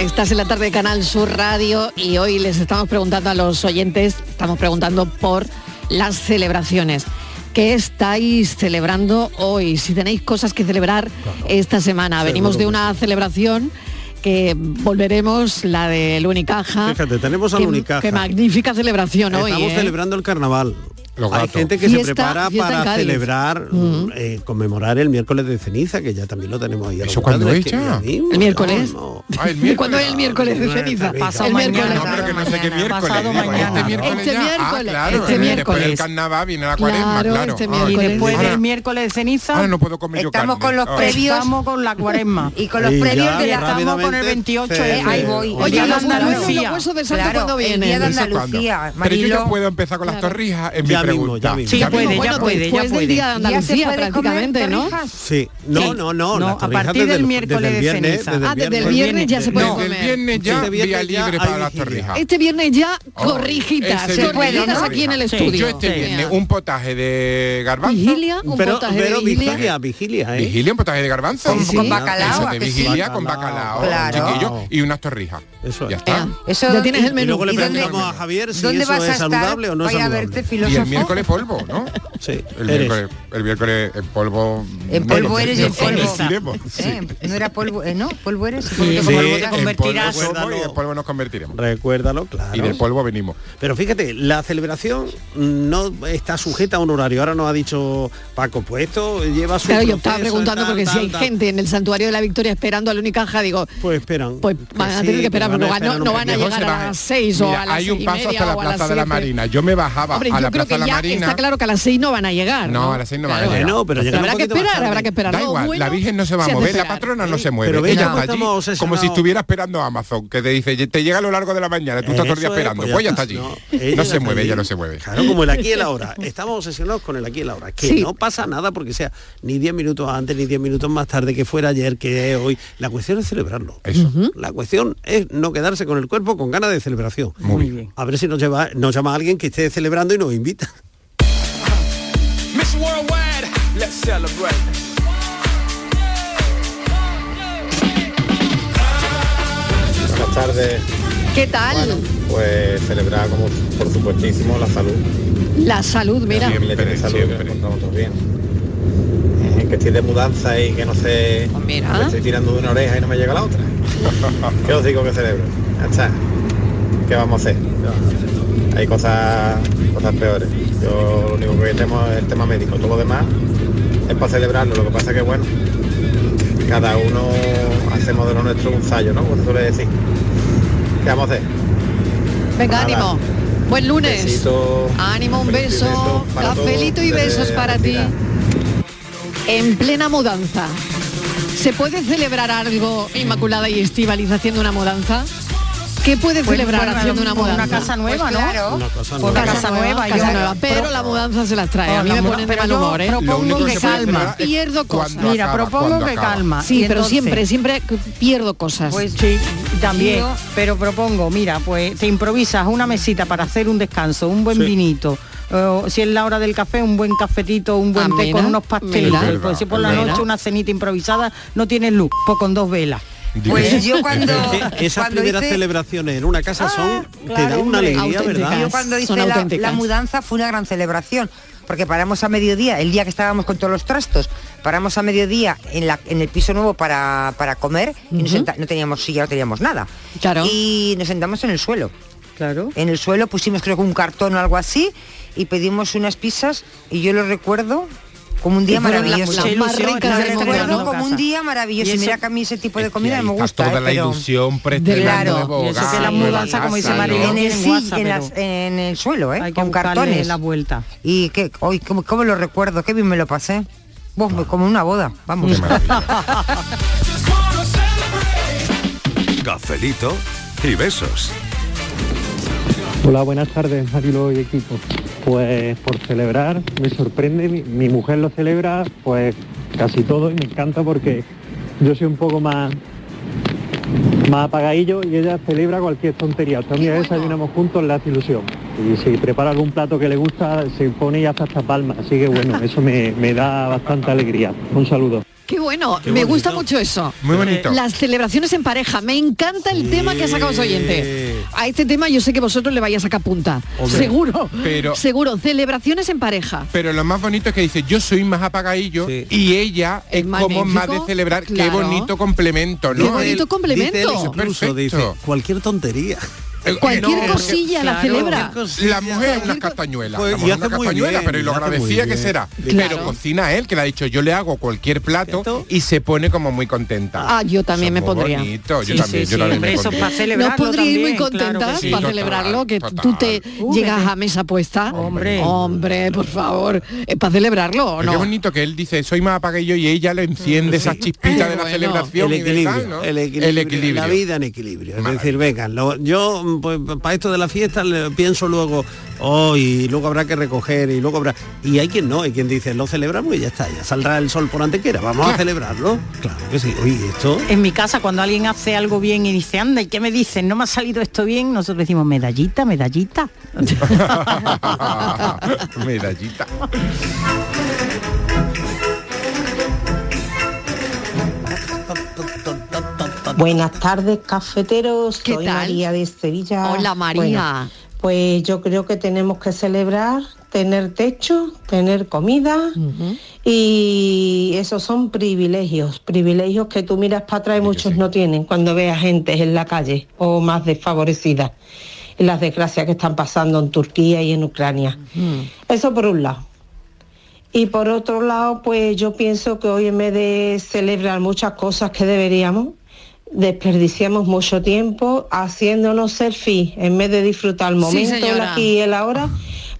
Estás en la tarde de Canal Sur Radio y hoy les estamos preguntando a los oyentes, estamos preguntando por las celebraciones. ¿Qué estáis celebrando hoy? Si tenéis cosas que celebrar esta semana.
Seguro
Venimos de
que
una celebración que volveremos, la del Unicaja.
Fíjate, tenemos al
Qué-
Unicaja.
Qué magnífica celebración hoy.
Estamos
¿eh?
celebrando el carnaval. Hay
gatos.
gente que se
Fiesta-
prepara
fiesta en
para
Cádiz.
celebrar, eh, conmemorar el miércoles de ceniza, que ya también lo tenemos ahí. ¿Eso
cuándo es ya?
El miércoles.
Ah, el
(laughs) ¿Y ¿Cuándo es el miércoles de ceniza? el miércoles.
Pasado mañana.
Este
Ah,
miércoles. este
claro, eh, después del
miércoles.
carnaval viene la cuaresma,
Claro,
claro. Ah,
este
Ay,
Y
miércoles.
después
ahora-
del miércoles de ceniza.
ahora no puedo comer yo
estamos con
carne.
los
Ay.
previos. Estamos con la cuaresma.
y
con
los Y
previos ya, de la-
Estamos con el
rápidamente,
28.
se-
eh, ahí voy.
Oye,
Oye,
¿y
la
los huesos-
Andalucía.
los huesos de Santo cuándo vienen?
el día de
¿Eso cuándo?
Andalucía,
Pero yo ya
Marilo.
puedo empezar con las torrijas en mi pregunta.
Sí, puede, ya
Bueno,
puede, ya
después del
puede.
Día de
Ya se
Andalucía,
puede comer
prácticamente, ¿no?
torrijas.
Sí, no,
Sí.
no,
No,
no, las
a
torrijas
partir del miércoles
desde el
de
viernes,
ceniza.
Ah, desde el viernes ya se puede
Desde
comer.
el viernes
ya
Este viernes
vía
ya
libre
hay
para las
vigilia.
torrijas.
Este viernes ya
Ay,
corrijitas,
Oh, ese
corrijitas
viernes ya no
aquí en el
torrijas.
estudio.
Yo este viernes un potaje de garbanzo.
Vigilia, un Pero- potaje de pero vigilia. vigilia,
vigilia, ¿eh?
Vigilia, un potaje de garbanzo.
Con- Sí, con sí. bacalao,
Eso
¿a
de
que sí?
vigilia con
Bacalao.
bacalao,
Claro.
chiquillo, y unas torrijas. Ya está.
Eso-
Ya tienes el menú.
Y luego le
¿Y dónde-
preguntamos a Javier si
¿Dónde
eso
vas a
es
estar?
saludable o no es
Vaya a
saludable.
verte,
Y
filósofo.
el miércoles polvo, ¿no?
Sí.
El
eres.
miércoles, el miércoles en polvo.
En
no lo
polvo
sé,
eres y
no
en
lo
polvo.
diremos.
Eh, No era polvo, eh, no, polvo eres. y
Sí,
polvo te- polvo te
en
convertirás.
polvo somos y en polvo nos convertiremos.
Recuérdalo, claro.
Y del polvo venimos.
Pero fíjate, la celebración no está sujeta a un horario. Ahora nos ha dicho Paco, pues esto lleva su
Claro, yo estaba
proceso,
preguntando
tal,
porque si
tal,
hay
tal.
gente en el santuario de la Victoria esperando al Unicaja, digo,
Pues esperan.
pues van a
sí,
tener que esperar,
pues
porque no,
van a
van-
esperar
no
un
van a
poquito.
llegar
Mejor
se
a las seis o
Mira,
a las
hay
seis
un
y
paso
media
hasta la
o a las
plaza de la
siete.
Marina. Yo me bajaba
Hombre,
a
yo
la
creo
plaza
que
de la
ya
Marina.
está claro que a las seis no van a llegar.
No,
No,
a las seis no van
Claro.
a llegar.
Bueno, pero llegan Habrá un que poquito más esperar, tarde. habrá que esperar.
Da
Lo
igual,
bueno
la Virgen no se va a
se hace
mover, la
esperar.
patrona no se mueve.
pero ve
Ella
cómo
está allí
estamos
como
obsesionados.
Pues si estuviera esperando a Amazon, que te dice, te llega a lo largo de la mañana, tú estás todo el día
Eso es,
esperando.
pues ya
Pues ya
está.
está allí.
No,
No,
ella
se
está
mueve,
allí.
ella no se mueve.
Claro, como el aquí
(laughs)
y el ahora. Estamos obsesionados con el aquí y el ahora. Que
Sí.
no pasa nada porque sea ni 10 minutos antes, ni 10 minutos más tarde, que fuera ayer, que es hoy. La cuestión es celebrarlo. La cuestión es no quedarse con el cuerpo con ganas de celebración.
Muy bien.
A ver si nos, lleva, nos llama alguien que esté celebrando y nos invita.
Miss Worldwide, let's celebrate.
Buenas tardes,
¿Qué tal?
pues celebrar como por supuestísimo la salud.
La salud, mira.
Siempre, tener salud, que nos encontramos todos bien. Eh, Que estoy de mudanza y que no sé,
mira.
Pues
que estoy tirando de una oreja y no me llega la otra. ¿Qué os digo que celebro? Ya está. ¿Qué vamos a hacer? Hay cosas, cosas peores. Yo lo único que tenemos es el tema médico, todo lo demás es para celebrarlo. Lo que pasa que bueno, cada uno hacemos de lo nuestro un sallo, ¿no? Como se suele decir. ¿Qué vamos a hacer?
Venga, ánimo. Buen lunes.
Besito.
ánimo, un
Cafelito y
beso.
besos para
Cafelito y
todos
besos
desde
para ti. En plena mudanza. ¿Se puede celebrar algo Inmaculada y Estivaliz haciendo una mudanza? ¿Qué puede
Bueno,
celebrar
bueno,
haciendo una
Pues una
mudanza?
casa nueva,
Pues
¿no?
claro.
Una casa
Pues
nueva.
Casa,
Casa
nueva,
nueva,
casa
yo-
nueva. Pero
pro-
la mudanza se las trae.
Oh,
A mí
la
me
muda-
ponen de
pero
mal
yo
humor, ¿eh?
propongo Lo único que que se puede calma. celebrar es
Pierdo
cuando
cosas.
Mira, acaba, propongo cuando que acaba. calma.
Sí,
Y
pero
entonces-
siempre, siempre pierdo cosas.
Pues sí, también. Pero propongo, mira, pues te improvisas una mesita para hacer un descanso, un buen vinito. o si es la hora del café, un buen cafetito, un buen
Ah,
té
mira,
con unos pasteles.
mira. Es verdad,
pues si por la
es verdad.
noche una cenita improvisada no tienes luz, pues con dos velas.
Pues
(laughs)
yo cuando-
Esas
cuando
primeras
hice- Ah,
celebraciones en una casa son, te
Claro,
dan una
hombre.
alegría, ¿verdad?
Yo cuando hice la, la mudanza fue una gran celebración, porque paramos a mediodía, el día que estábamos con todos los trastos, paramos a mediodía en, la, en el piso nuevo para, para comer y nos
Ujú.
senta- no teníamos silla, no teníamos nada.
Claro.
Y nos sentamos en el suelo. Claro. En el suelo pusimos creo que un cartón o algo así y pedimos unas pizzas y yo lo recuerdo como un día
Y fueron las-
maravilloso.
las más
Lo
ricas del mundo,
recuerdo
¿no?
como un día maravilloso.
Y
Y
eso-
mira que a mí ese tipo de comida
ahí
no me
está
gusta.
toda
¿eh?
la
pero-
ilusión
de
preestrenar
claro.
nuevo
Y eso
hogar,
que la
nueva
mudanza,
casa,
como dice Mari,
¿no?
en el
tienen
sí,
WhatsApp,
en,
pero-
las- en el suelo, ¿eh?
Hay que
con
buscarle
cartones.
la vuelta.
Y que hoy cómo, cómo lo recuerdo, qué bien me lo pasé. Vos, como una boda, vamos. (laughs)
Cafelito y besos.
Hola, buenas tardes, Marilo y equipo. Pues por celebrar, me sorprende, mi, mi mujer lo celebra pues casi todo y me encanta porque yo soy un poco más más apagadillo y ella celebra cualquier tontería. Hasta un día desayunamos juntos, le hace ilusión. Y si prepara algún plato que le gusta, se pone y hace hasta palmas. Así que bueno, eso me, me da bastante alegría. Un saludo.
Qué bueno,
Qué
me
bonito.
gusta mucho eso.
Muy bonito.
Las celebraciones en pareja, me encanta el tema que ha sacado su oyente. A este tema yo sé que vosotros le vais a sacar punta.
Hombre.
Seguro.
Pero-
Seguro, celebraciones en pareja.
Pero lo más bonito es que dice, yo soy más apagadillo y ella es,
magnífico,
como más de celebrar. Qué
claro.
bonito complemento, ¿no?
Qué bonito complemento.
Eso es
Incluso dice,
perfecto.
cualquier tontería.
Eh,
Cualquier
no,
cosilla la
porque-
celebra.
La mujer es una castañuela.
Pues,
la
y
mujer es
hace
una
muy
castañuela,
bien,
pero y lo
y hace muy
agradecida que
bien.
será.
Claro.
Pero cocina él, que le ha dicho, yo le hago cualquier plato y se pone como muy contenta.
Ah, yo también me
Muy
pondría.
bonito, yo
Sí,
también,
sí,
yo
sí,
también
hombre,
me
eso es
pondría.
para celebrarlo
Nos podrías ir muy
también, claro
contentas
que sí.
para
Total,
celebrarlo, que tú te llegas a mesa puesta. Hombre. Hombre, por favor. Es para celebrarlo o
Pero Qué
no.
bonito que él dice, soy más apagadillo y ella le enciende esas
(laughs)
chispitas de la celebración.
Mm, el
y de tal,
equilibrio,
¿no?
el equilibrio,
El equilibrio.
la vida en equilibrio. Es decir, venga, lo- yo mm, pues, para esto de la fiesta le- pienso luego, oh, y luego habrá que recoger y luego habrá... Y hay quien no, hay quien dice, lo celebramos y ya está, ya saldrá el sol por antequera, vamos a celebrarlo. Claro que sí, oye, esto...
En mi casa, cuando alguien hace algo bien y dice, anda, ¿y qué me dicen? ¿No me ha salido esto bien? Nosotros decimos, medallita, medallita.
(laughs) (laughs) Medallita.
Buenas tardes, cafeteros.
¿Qué
Soy
tal?
María de Sevilla.
Hola, María.
Bueno, pues yo creo que tenemos que celebrar tener techo, tener comida y esos son privilegios, privilegios que tú miras para atrás y muchos no tienen cuando ves a gente en la calle o más desfavorecidas y las desgracias que están pasando en Turquía y en Ucrania.
Mm.
Eso por un lado. Y por otro lado, pues yo pienso que hoy en vez de celebrar muchas cosas que deberíamos, desperdiciamos mucho tiempo haciéndonos selfie en vez de disfrutar el
Sí,
momento, el
señora.
aquí y el ahora.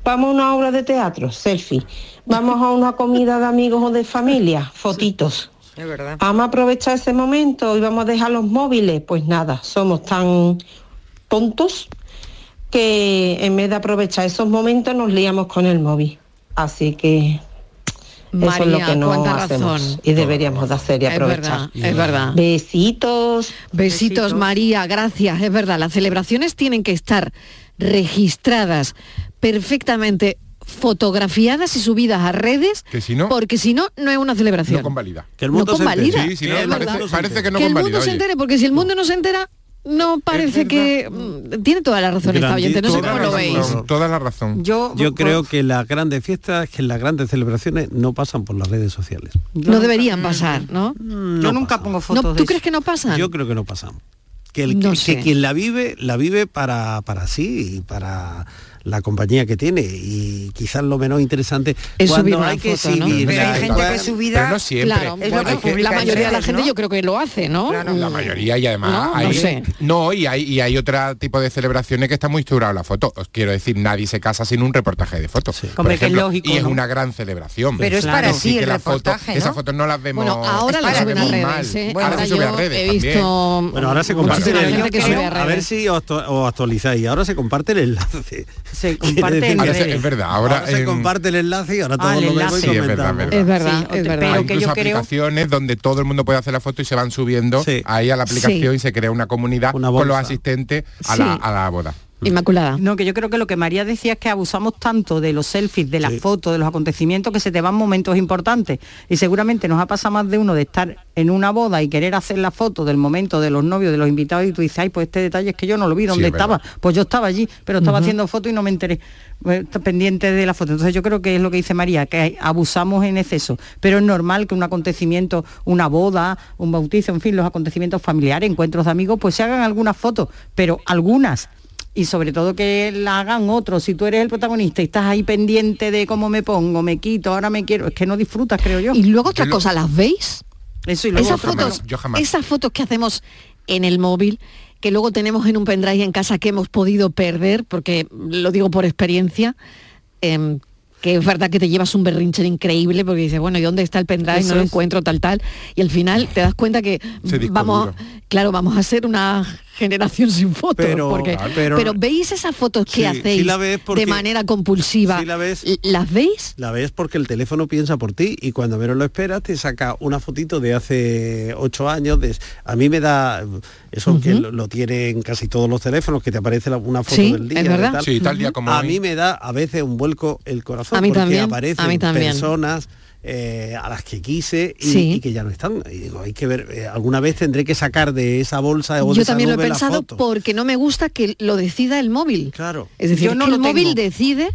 Vamos a una obra de teatro, selfie. Vamos a una comida de amigos o de familia, fotitos.
Es verdad.
Vamos a aprovechar ese momento y vamos a dejar los móviles. Pues nada, somos tan tontos que en vez de aprovechar esos momentos nos liamos con el móvil. Así que eso es
María,
lo que no
cuánta
hacemos
razón.
y deberíamos de hacer y
Es verdad,
aprovechar.
es verdad.
Besitos.
Besitos, María, gracias. Es verdad, las celebraciones tienen que estar registradas perfectamente fotografiadas y subidas a redes,
Que si no-
porque si no, no es una celebración.
No convalida.
Que
el mundo No se entere. convalida.
Sí, sí, no,
Es
parece,
verdad.
parece que no
que el
convalida.
mundo se
oye.
entere, porque si el mundo no se entera, no parece que... mm, Tiene toda la razón esta oyente, no sé
Toda
cómo
la
lo
razón,
veis.
Toda la razón.
Yo,
Yo creo que las grandes fiestas, que las grandes celebraciones no pasan por las redes sociales.
No deberían pasar, Mm, ¿no?
Yo nunca pongo
No, ¿Tú crees que no pasan?
Yo creo que no pasan. Que, el,
No
que,
sé.
que quien la vive, la vive para, para sí y para la compañía que tiene y quizás lo menos interesante
Es subir
cuando
una
hay que
foto, ¿no?
exhibirla
Pero hay
y
gente
cuando-
que su vida- Pero no siempre. Claro,
Es lo
bueno,
que publica
la
en
mayoría de la
redes,
gente
¿no?
yo creo que lo hace, ¿no? Mm.
La mayoría y además
No, no
hay,
sé.
no, y hay y hay otro tipo de celebraciones que está muy estructurada la foto. Os quiero decir, nadie se casa sin un reportaje de fotos. por
Hombre, que es
ejemplo,
lógico,
y es
¿no?
una gran celebración.
Pero es para
Que
sí el
que la foto-
reportaje, ¿no?
Esas fotos no las vemos.
Bueno, ahora
es
las
para
suben a
vemos
redes,
mal.
¿eh?
Ahora,
Ahora
se sube a
yo
redes
he
también.
visto
mm,
Bueno, ahora se comparte.
muchísima gente que
a,
sube a
ver, a ver
redes.
si os, actu- os actualizáis. Ahora se comparte el enlace.
Se
(laughs)
comparte en Ahora se- redes. es verdad, ahora
se
en-
comparte el enlace y ahora todo lo vemos y
Sí, es verdad,
comentamos.
es verdad.
Sí, es verdad.
Hay incluso aplicaciones donde todo el mundo puede hacer la foto y se van subiendo ahí a la aplicación
Sí.
y se crea una comunidad con
bolsa.
los asistentes a, la,
Sí.
a la boda.
Inmaculada.
No, que yo creo que lo que María decía es que abusamos tanto de los selfies, de las fotos, de los acontecimientos, que se te van momentos importantes. Y seguramente nos ha pasado más de uno de estar en una boda y querer hacer la foto del momento de los novios, de los invitados, y tú dices, ay, pues este detalle es que yo no lo vi, ¿dónde
es
estaba? Pues yo estaba allí, pero estaba
Ujú.
haciendo foto y no me enteré eh, está pendiente de la foto. Entonces yo creo que es lo que dice María, que hay- abusamos en exceso. Pero es normal que un acontecimiento, una boda, un bautizo, en fin, los acontecimientos familiares, encuentros de amigos, pues se hagan algunas fotos, pero algunas y sobre todo que la hagan otros. Si tú eres el protagonista y estás ahí pendiente de cómo me pongo, me quito, ahora me quiero, es que no disfrutas, creo yo.
Y luego otra cosa, ¿las veis?
Eso y luego
esas
otra
fotos,
cosa. Yo jamás.
esas fotos que hacemos en el móvil, que luego tenemos en un pendrive en casa que hemos podido perder, porque lo digo por experiencia, em, que es verdad que te llevas un berrinche increíble porque dices, bueno, ¿y dónde está el pendrive?
Eso
no lo
es.
encuentro, tal, tal. Y al final te das cuenta que
Ese disco
vamos,
duro.
claro, vamos a ser una generación sin fotos.
Pero-
porque,
Claro.
pero,
pero-
veis esas fotos que
Sí,
hacéis
sí la ves porque-
de manera compulsiva.
sí la ves.
¿Las veis?
La ves porque el teléfono piensa por ti y cuando menos lo esperas te saca una fotito de hace ocho años. de- a mí me da eso que lo, lo tienen casi todos los teléfonos, que te aparece la- una foto
Sí,
del día.
es
de
verdad.
Tal.
Sí, tal día como
a
hoy.
mí me da a veces un vuelco el corazón
A mí
porque
también, a mí
aparecen
también.
personas eh, a las que quise y,
Sí.
y que ya no están. Y digo, hay que ver, eh, alguna vez tendré que sacar de esa bolsa o de
Yo
esa
también lo he
nube la
pensado
foto.
porque no me gusta que lo decida el móvil.
Claro.
Es decir,
Yo no
que el
lo tengo.
móvil decide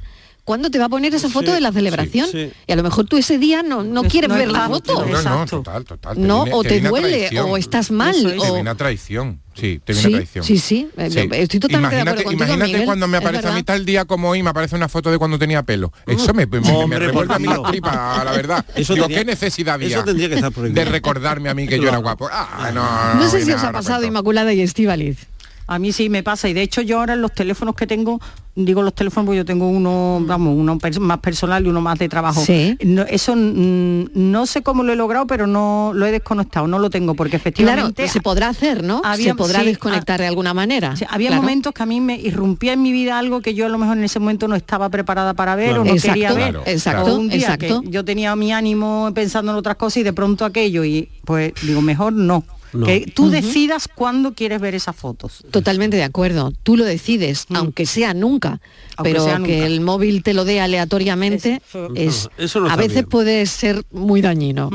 cuándo te va a poner esa foto de la celebración.
sí, sí.
Y a lo mejor tú ese día no, no quieres ver la foto.
No, no, total, total.
No,
viene-
o te
viene a
duele,
traición.
o estás mal, Eso es.
Te
o-
viene una traición. Sí, te viene
Sí,
a traición.
sí, sí, eh, yo estoy totalmente de
imagínate,
acuerdo contigo,
Imagínate
Miguel,
cuando me
es
aparece a
verdad.
mitad del día como hoy, me aparece una foto de cuando tenía pelo. Eso me, me, me
Hombre,
revuelve
por
a mí la
Dios.
tripa, la verdad.
(laughs) Eso
Digo,
tenía-
¿qué necesidad había
eso tendría que estar prohibido.
de recordarme a mí que yo era guapo? Ah, no,
No sé si
venga,
os ha
ahora
pasado
cuento.
Inmaculada y Estíbaliz.
A mí sí me pasa y de hecho yo ahora en los teléfonos que tengo, digo los teléfonos porque yo tengo uno, vamos, uno pers- más personal y uno más de trabajo.
Sí.
No, eso mm, no sé cómo lo he logrado, pero no lo he desconectado, no lo tengo porque
Claro,
efectivamente
se podrá hacer, ¿no?
había-
se podrá
sí, ah,
desconectar de alguna manera.
Sí, había
Claro.
momentos que a mí me irrumpía en mi vida algo que yo a lo mejor en ese momento no estaba preparada para ver
Claro.
o no
Exacto,
quería ver.
claro, exacto,
O un día
exacto.
que yo tenía mi ánimo pensando en otras cosas y de pronto aquello y pues digo, mejor no.
No.
Que tú
Ujú.
decidas cuándo quieres ver esas fotos.
Totalmente de acuerdo. Tú lo decides, aunque sea nunca,
Mm. Aunque
pero
sea
que
nunca.
el móvil te lo dé aleatoriamente es,
Eso no
a
está
veces
bien.
puede ser muy dañino.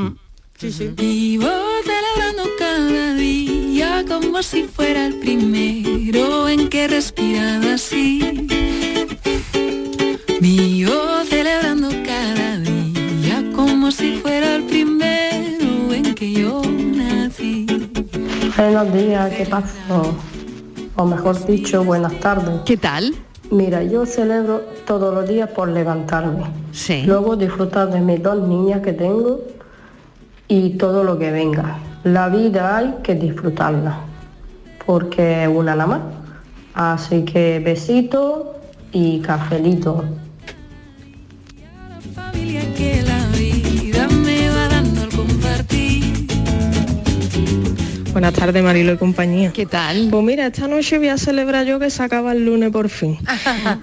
Vivo celebrando cada día como si fuera el primero en que he respirado así. Vivo celebrando cada día como si fuera el primero en que yo nací.
Buenos días, ¿qué pasó? O mejor dicho, buenas tardes.
¿Qué tal?
Mira, yo celebro todos los días por levantarme.
Sí.
Luego disfrutar de mis dos niñas que tengo y todo lo que venga. La vida hay que disfrutarla, porque es una la más. Así que besito y cafelito.
familia que la vida me va dando al compartir.
Buenas tardes, Marilo y compañía.
¿Qué tal?
Pues mira, esta noche voy a celebrar yo que se acaba el lunes
(laughs)
por fin.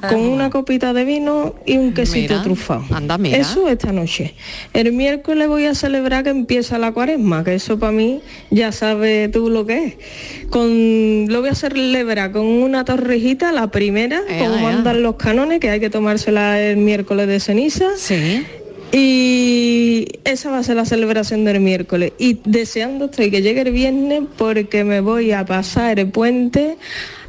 con una copita de vino y un quesito
Mira,
trufado.
anda, mira.
Eso esta noche. El miércoles voy a celebrar que empieza la cuaresma, que eso para mí ya sabes tú lo que es. Con, lo voy a celebrar con una torrejita, la primera, como mandan los canones, que hay que tomársela el miércoles de ceniza.
Sí.
Y esa va a ser la celebración del miércoles. Y deseando estoy que llegue el viernes porque me voy a pasar el puente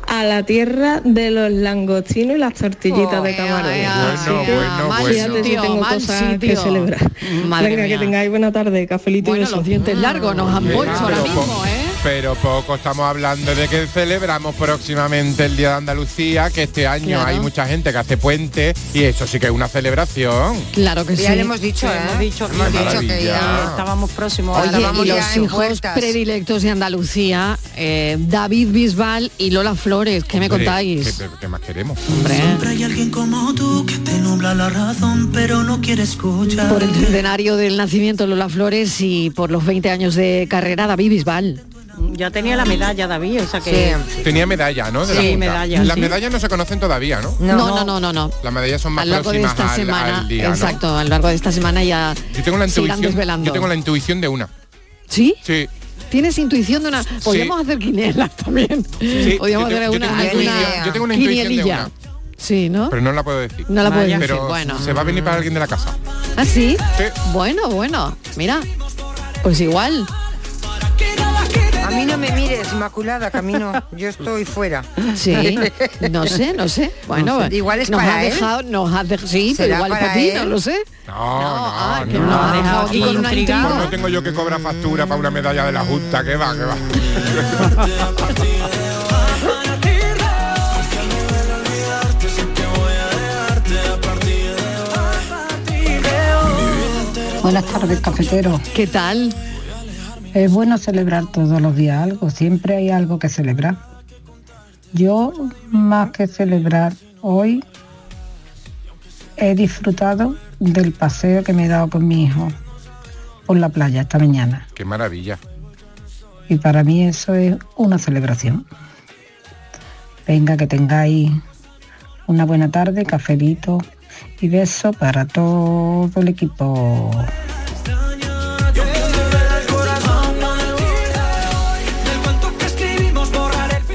a la tierra de los langostinos y las tortillitas de camarón. Así que fíjate si tengo cosas que celebrar.
Madre
Mm.
Venga,
mía.
que tengáis buena tarde, cafelito y Ah.
Bueno,
besos.
los dientes largos nos han puesto ahora mismo, ¿eh?
Pero poco estamos hablando de que celebramos próximamente el Día de Andalucía, que este año
Claro.
hay mucha gente que hace puente y eso sí que es una celebración.
Claro que
Ya
sí.
le hemos dicho,
Ya
¿eh?
hemos dicho,
Hemos
ya
dicho que ya-
estábamos próximos. a la-
Oye,
vamos
y
ya
los
en
hijos
puertas.
predilectos de Andalucía, eh, David Bisbal y Lola Flores, ¿qué me
Hombre,
contáis?
¿Qué, qué más queremos?
Siempre hay alguien como tú que te nubla la razón, pero no quiere escuchar.
Por el centenario del nacimiento de Lola Flores y por los 20 años de carrera, David Bisbal.
Ya tenía la medalla, David, o sea que...
Tenía medalla, ¿no? De la
Sí,
Junta.
medalla,
Las
sí.
medallas no se conocen todavía, ¿no?
No, no, no, no, no.
Las medallas son
A
más
lo largo de
próximas
esta
al,
semana,
al día, ¿no?
exacto, a lo largo de esta semana ya
Yo tengo la
se irán
intuición.
desvelando.
Yo tengo la intuición de una.
¿Sí?
Sí.
Tienes intuición de una. Podríamos hacer quinielas también.
Sí,
(laughs) Podríamos
yo-
hacer
yo
una,
tengo una
alguna
intuición- yo tengo una intuición de
quinielilla.
una.
Sí, ¿no?
Pero no la puedo decir.
No la puedes
Pero
decir, bueno. Mm.
Se va a venir para alguien de la casa.
¿Ah, sí? Bueno, bueno. Mira. Pues igual.
A mí no me mires, Inmaculada, camino. Yo estoy fuera.
(laughs)
Sí,
(laughs)
no sé, no sé. Bueno,
No sé. Igual es
nos
para
ha
él.
dejado, nos ha dejado, sí, pero
¿Será
igual es
para
para ti,
él?
no lo sé.
No, no, no.
que nos ha dejado aquí con una intriga.
Pues no tengo yo que cobrar factura para una medalla de la Junta, que va, que va.
Buenas tardes, cafetero.
¿Qué tal?
Es bueno celebrar todos los días algo, siempre hay algo que celebrar. Yo, más que celebrar hoy, he disfrutado del paseo que me he dado con mi hijo por la playa esta mañana.
Qué maravilla.
Y para mí eso es una celebración. Venga, que tengáis una buena tarde, cafelito y beso para todo el equipo.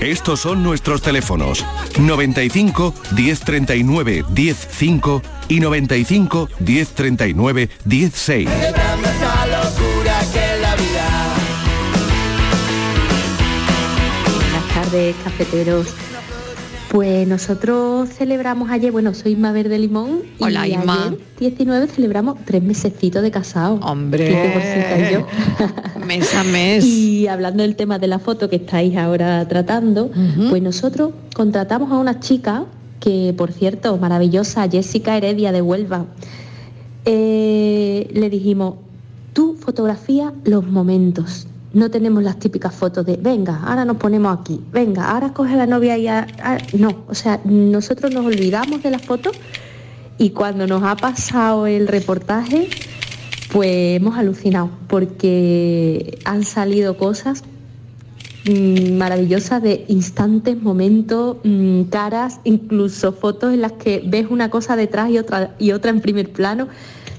Estos son nuestros teléfonos 95 1039 105 y 95 1039 16.
esta locura que es la vida.
Buenas tardes, cafeteros. Pues nosotros celebramos ayer, bueno, soy Inma Verde Limón.
Hola,
y
Inma.
ayer, 19 celebramos tres mesecitos de casado. Hombre.
(laughs) Mes a mes.
(laughs) Y hablando del tema de la foto que estáis ahora tratando, pues nosotros contratamos a una chica que, por cierto, maravillosa, Jessica Heredia de Huelva. Eh, le dijimos, tú fotografía los momentos. No tenemos las típicas fotos de, venga, ahora nos ponemos aquí, venga, ahora coge a la novia y... a- a-". No, o sea, nosotros nos olvidamos de las fotos y cuando nos ha pasado el reportaje, pues hemos alucinado porque han salido cosas mm, maravillosas de instantes, momentos, mm, caras, incluso fotos en las que ves una cosa detrás y otra y otra en primer plano.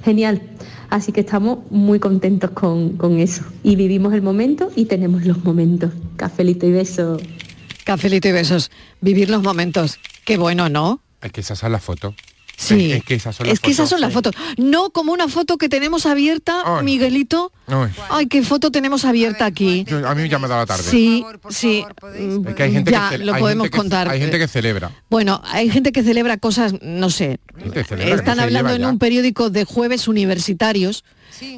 Genial. Así que estamos muy contentos con, con eso. Y vivimos el momento y tenemos los momentos. Cafelito y beso.
Cafelito y besos. Vivir los momentos. Qué bueno, ¿no?
Es que esas son las fotos.
Sí.
Es, es que esas son las
Es que esas son
fotos.
las fotos. No como una foto que tenemos abierta, Miguelito.
Ay.
Ay, qué foto tenemos abierta aquí.
Yo- Oh, a mí ya me da la tarde.
Sí, sí. mm,
Es que hay gente
ya
que ce-
lo
hay
podemos
gente que-
contar.
hay gente que celebra.
Bueno, hay gente que celebra cosas, no sé.
Gente que celebra, que
Están
no se
hablando
lleva
en
ya.
un periódico de jueves universitarios,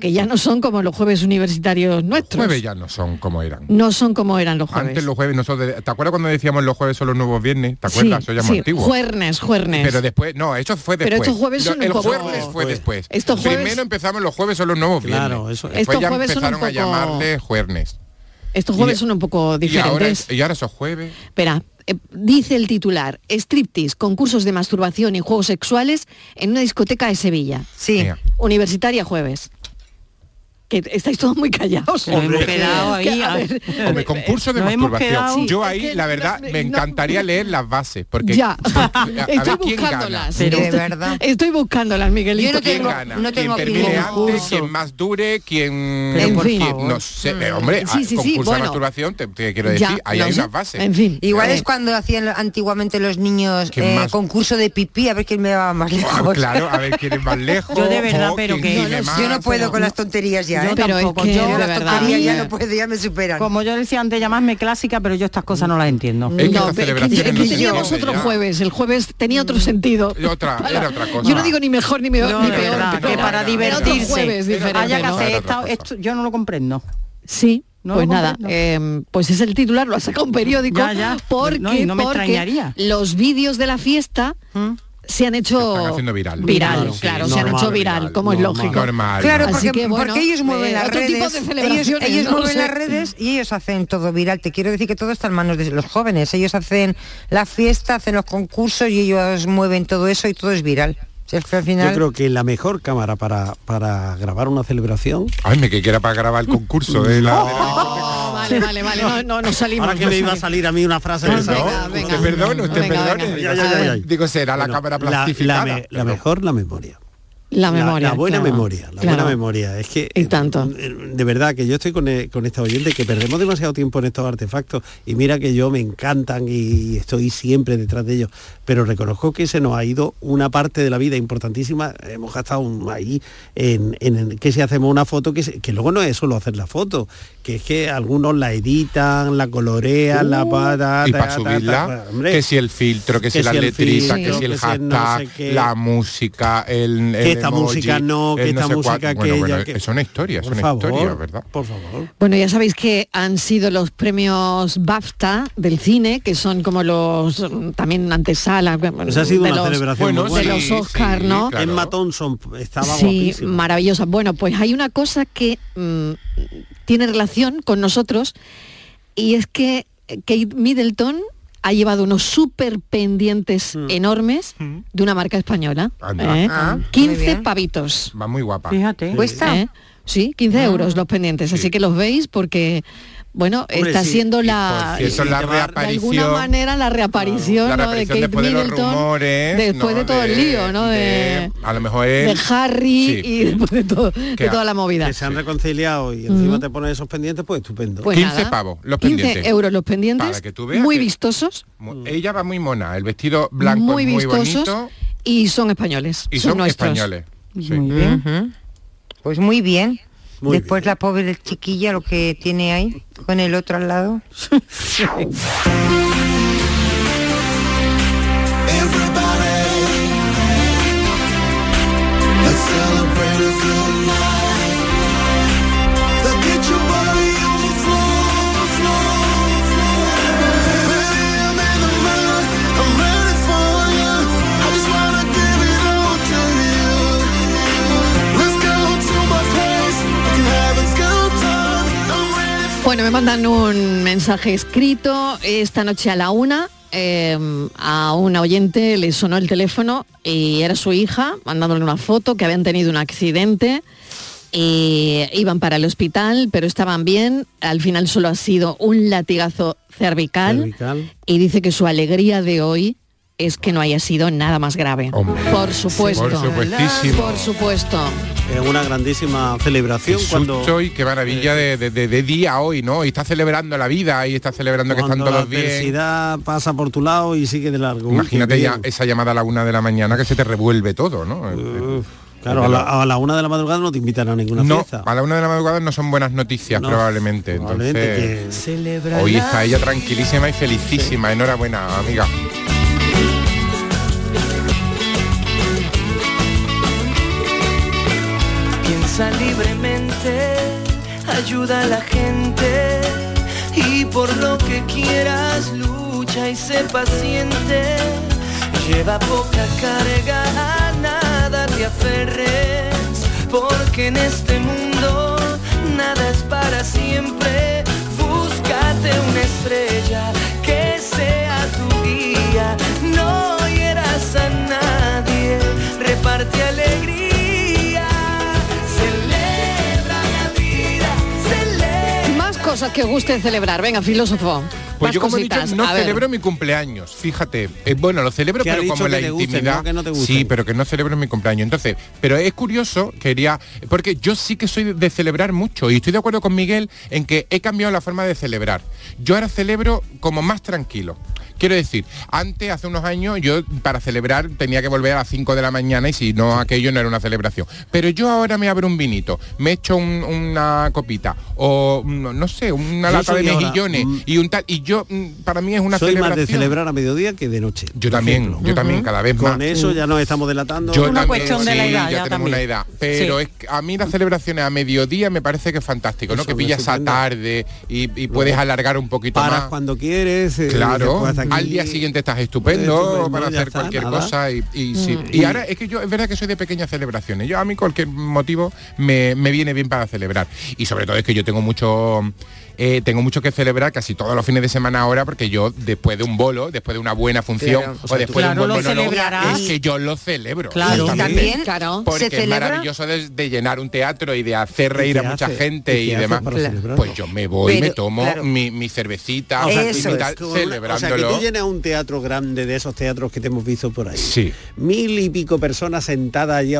que ya no son como los jueves universitarios nuestros.
Jueves ya no son como eran.
No son como eran los jueves.
Antes los jueves nosotros, de- ¿te acuerdas cuando decíamos los jueves son los nuevos viernes? ¿Te acuerdas? Eso ya es
sí,
antiguo.
juernes, juernes.
Pero después, no, eso fue
Pero
después.
estos jueves
Lo-
son un
El
poco-
jueves fue después.
Estos jueves-
Primero empezamos los jueves son los nuevos viernes.
Claro, eso es.
Después
Estos
ya
jueves son un
empezaron a
poco-
llamarle juernes.
Estos jueves
Y-
son un poco
Y ahora,
diferentes.
es- eh, y ahora esos jueves.
Espera, eh, dice el titular, striptease, concursos de masturbación y juegos sexuales en una discoteca de Sevilla.
Sí.
Mira.
Universitaria jueves. Que estáis todos muy callados.
Hombre, Hemos
quedado ahí,
Que, a
a-
ver, (laughs)
Hombre, concurso de
nos hemos quedado-
masturbación. Yo
Sí,
ahí,
es que
la verdad,
no-
me
no-
encantaría leer las bases. Porque,
(laughs)
(laughs)
Ya.
porque- a- a ver
estoy
quién gana.
buscándolas. estoy, (laughs) estoy buscándolas, Miguelito.
Yo no tengo, quien termine antes, quien más dure, quien...
Pero por
quien-
favor.
No sé, pero, hombre,
Sí, sí, sí,
ah, concurso
bueno.
de masturbación, te, te quiero decir,
Ya,
ahí
lo
hay
sé. Eh,
unas bases. Eh,
Igual
Claro.
es cuando hacían antiguamente los niños
¿Quién
eh,
más? Ah,
concurso de pipí, a ver quién me va más lejos. (laughs)
Claro, a ver quién es más lejos.
Yo de verdad,
o
pero
quién
que-
vive
Yo no
más.
sé, yo no puedo con las tonterías ya,
Yo
¿eh?
tampoco,
Pero es que
yo
yo
de
las
verdad.
tonterías ya no puedo, ya me superan.
Como yo decía antes, llamadme clásica, pero yo estas cosas no las entiendo.
Es que No, estas es que- celebraciones
Es que teníamos otro jueves, el jueves tenía otro sentido.
Y otra, era otra cosa.
Yo no digo ni mejor ni, peor,
No,
ni
de
peor,
verdad,
pero
que para
era otro
divertirse.
jueves diferente,
Haya que
¿no?
hacer esta- esto, yo no lo comprendo.
Sí,
No
pues
lo
nada,
comprendo.
eh, pues es el titular, lo ha sacado un periódico.
Ya, ya.
Porque,
No, y no me
porque
extrañaría.
los vídeos de la fiesta ¿Mm? se han hecho
están haciendo viral.
Viral,
Claro, sí,
claro, se han
normal,
hecho viral, como es
normal.
lógico.
Normal.
Claro,
Así
porque,
que, bueno,
porque ellos mueven
eh,
las
otro tipo
redes.
de
ellos
celebraciones,
ellos
no lo
mueven
sé.
las redes y ellos hacen todo viral. Te quiero decir que todo está en manos de los jóvenes. Ellos hacen la fiesta, hacen los concursos y ellos mueven todo eso y todo es viral. Si es que al final...
Yo creo que la mejor cámara para, para grabar una celebración.
Ay, me que quiera para grabar el concurso de la. de la-
Vale, vale, vale, no, no, no salimos.
Ahora que
no
me iba a
salimos.
salir a mí una frase de esa.
Venga, venga.
Usted perdone, usted
Venga,
perdone.
venga. Ay, ay, ay, ay.
Digo, será la
Bueno,
cámara
la-
plastificada.
la me- la mejor, la memoria.
La memoria.
La, buena
claro,
memoria, la
claro.
buena memoria. Es que.
tanto.
eh, De verdad que yo estoy con, eh, con esta oyente que perdemos demasiado tiempo en estos artefactos y mira que yo me encantan y estoy siempre detrás de ellos, pero reconozco que se nos ha ido una parte de la vida importantísima. Hemos gastado un- ahí en, en el que si hacemos una foto, que, se- que luego no es solo hacer la foto, que es que algunos la editan, la colorean, la pata,
Uh, y
ta,
para
ta, ta, ta,
subirla,
hombre.
que si el filtro, que,
que
si la
si el
letrita, que
filtro,
si el
que si el
hashtag,
no sé qué.
la música, el, el
Que esta
emoji,
música no, que
el
esta
sé
música
cuánto.
aquella,
Bueno, bueno,
que-
es una historia, es
Por
una
favor,
historia, ¿verdad?
Por favor.
Bueno, ya sabéis que han sido los premios BAFTA del cine, que son como los mm, también antesala.
Pues ha sido
de
una
los-
celebración muy
de
buena.
los Oscar, ¿no?
Emma Thompson estaba
sí,
guapísima.
maravillosa. Bueno, pues hay una cosa que mm, tiene relación con nosotros y es que Kate Middleton ha llevado unos súper pendientes enormes de una marca española.
Mm. Anda.
¿eh?
Ah, muy
15
bien.
pavitos.
Va ¿Eh? muy guapa.
¿Cuesta? Sí, 15 euros los pendientes, así que los veis porque, bueno,
Hombre,
está
sí.
siendo
Y pues,
la...
por cierto,
de
la
alguna
reaparición-
manera la reaparición,
La
¿no?
reaparición
de Kate
después de los
Middleton
rumores,
después
¿no?
de todo el
de-
lío, ¿no? De,
A lo mejor
de
él...
Harry
Em, Sí.
y después de, todo, de
ha-
toda la movida.
Que se han reconciliado y encima
Ujú.
te pones esos pendientes, pues estupendo.
Pues nada, 15 euros los pendientes,
Para que tú veas
muy
que-
vistosos,
Mu- Ella va muy mona, el vestido blanco
muy
es muy
vistosos
bonito
y son españoles.
y son
nuestros.
españoles.
Muy bien. Pues muy bien.
Muy
Después la pobre chiquilla lo que tiene ahí con el otro
(laughs)
al lado.
Bueno, me mandan un mensaje escrito esta noche a la una. eh, a una oyente le sonó el teléfono y era su hija mandándole una foto que habían tenido un accidente y iban para el hospital pero estaban bien al final solo ha sido un latigazo cervical
Cervical.
y dice que su alegría de hoy es que no haya sido nada más grave por supuesto
Por supuestísimo.
por supuesto
Es una grandísima celebración cuando eh,
Susto y qué maravilla de, de- de- de día hoy, ¿no? Y está celebrando la vida y está celebrando que están
cuando la
todos bien.
adversidad pasa por tu lado y sigue de largo. Uy,
Imagínate
qué
ya
bien.
esa llamada a la una de la mañana que se te revuelve todo, ¿no?
Claro, a la, a la una de la madrugada no te invitan a ninguna
no,
fiesta.
a la una de la madrugada no son buenas noticias
No,
probablemente.
probablemente
Entonces, hoy está ella tranquilísima y felicísima. Enhorabuena, amiga.
Piensa libremente, ayuda a la gente y por lo que quieras lucha y sé paciente. Lleva poca carga, a nada te aferres, porque en este mundo nada es para siempre. Búscate una estrella que sea tu guía, no hieras a nadie, reparte alegría. Celebra la vida, celebra.
más cosas que os guste celebrar venga filósofo
Pues
más
yo como he dicho,
cositas
no
A ver.
celebro mi cumpleaños, fíjate. Eh, bueno, lo celebro
Que ha
pero
dicho
como en
que
la
te gusten,
intimidad.
¿no? Que no te gusten.
sí, pero que no celebro mi cumpleaños. Entonces, pero es curioso, quería, porque yo sí que soy de celebrar mucho y estoy de acuerdo con Miguel en que he cambiado la forma de celebrar. Yo ahora celebro como más tranquilo. Quiero decir, antes, hace unos años, yo para celebrar tenía que volver a las 5 de la mañana y si no, aquello no era una celebración. Pero yo ahora me abro un vinito, me echo un- una copita o, mm, no sé, una
Yo
lata de
soy ahora,
mejillones
mm,
y un tal. Y yo, mm, para mí es una
Soy más
celebración.
de celebrar a mediodía que de noche.
Yo también, yo también, cada vez más.
Con eso ya nos estamos delatando.
Yo también, sí, ya tenemos una edad. Pero es que a mí las celebraciones a mediodía me parece que es fantástico, ¿no?
Eso
que
es
pillas a
estupendo.
tarde y, y puedes
Luego,
alargar un poquito
paras
más.
cuando quieres. eh, dices,
Claro,
pues, hasta
al
aquí.
día siguiente estás estupendo,
Estupendo,
para
ya
hacer
está,
cualquier
nada.
cosa y, y sí.
Mm.
Y ahora es que yo es verdad que soy de pequeñas celebraciones. Yo a mí cualquier motivo me, me viene bien para celebrar. Y sobre todo es que yo tengo mucho eh, tengo mucho que celebrar casi todos los fines de semana ahora porque yo después de un bolo, después de una buena función
Claro.
o,
O sea, tú-
después de un
Claro,
buen
lo
monólogo,
celebrarás.
es que yo lo celebro.
Claro. Y también Claro.
porque
se
es
celebra-
maravilloso de, de llenar un teatro y de hacer
¿Y
reír
qué
a mucha
hace?
gente
¿Y
y,
qué hace
demás.
para celebrarlo?
Pues yo me voy, me
Pero,
tomo
claro.
mi, mi cervecita,
O sea,
mi
tú
tal,
invitas- o sea, que
celebrándolo.
tú llenas un teatro grande de esos teatros que te hemos visto por ahí.
Sí.
Mil y pico personas sentadas allí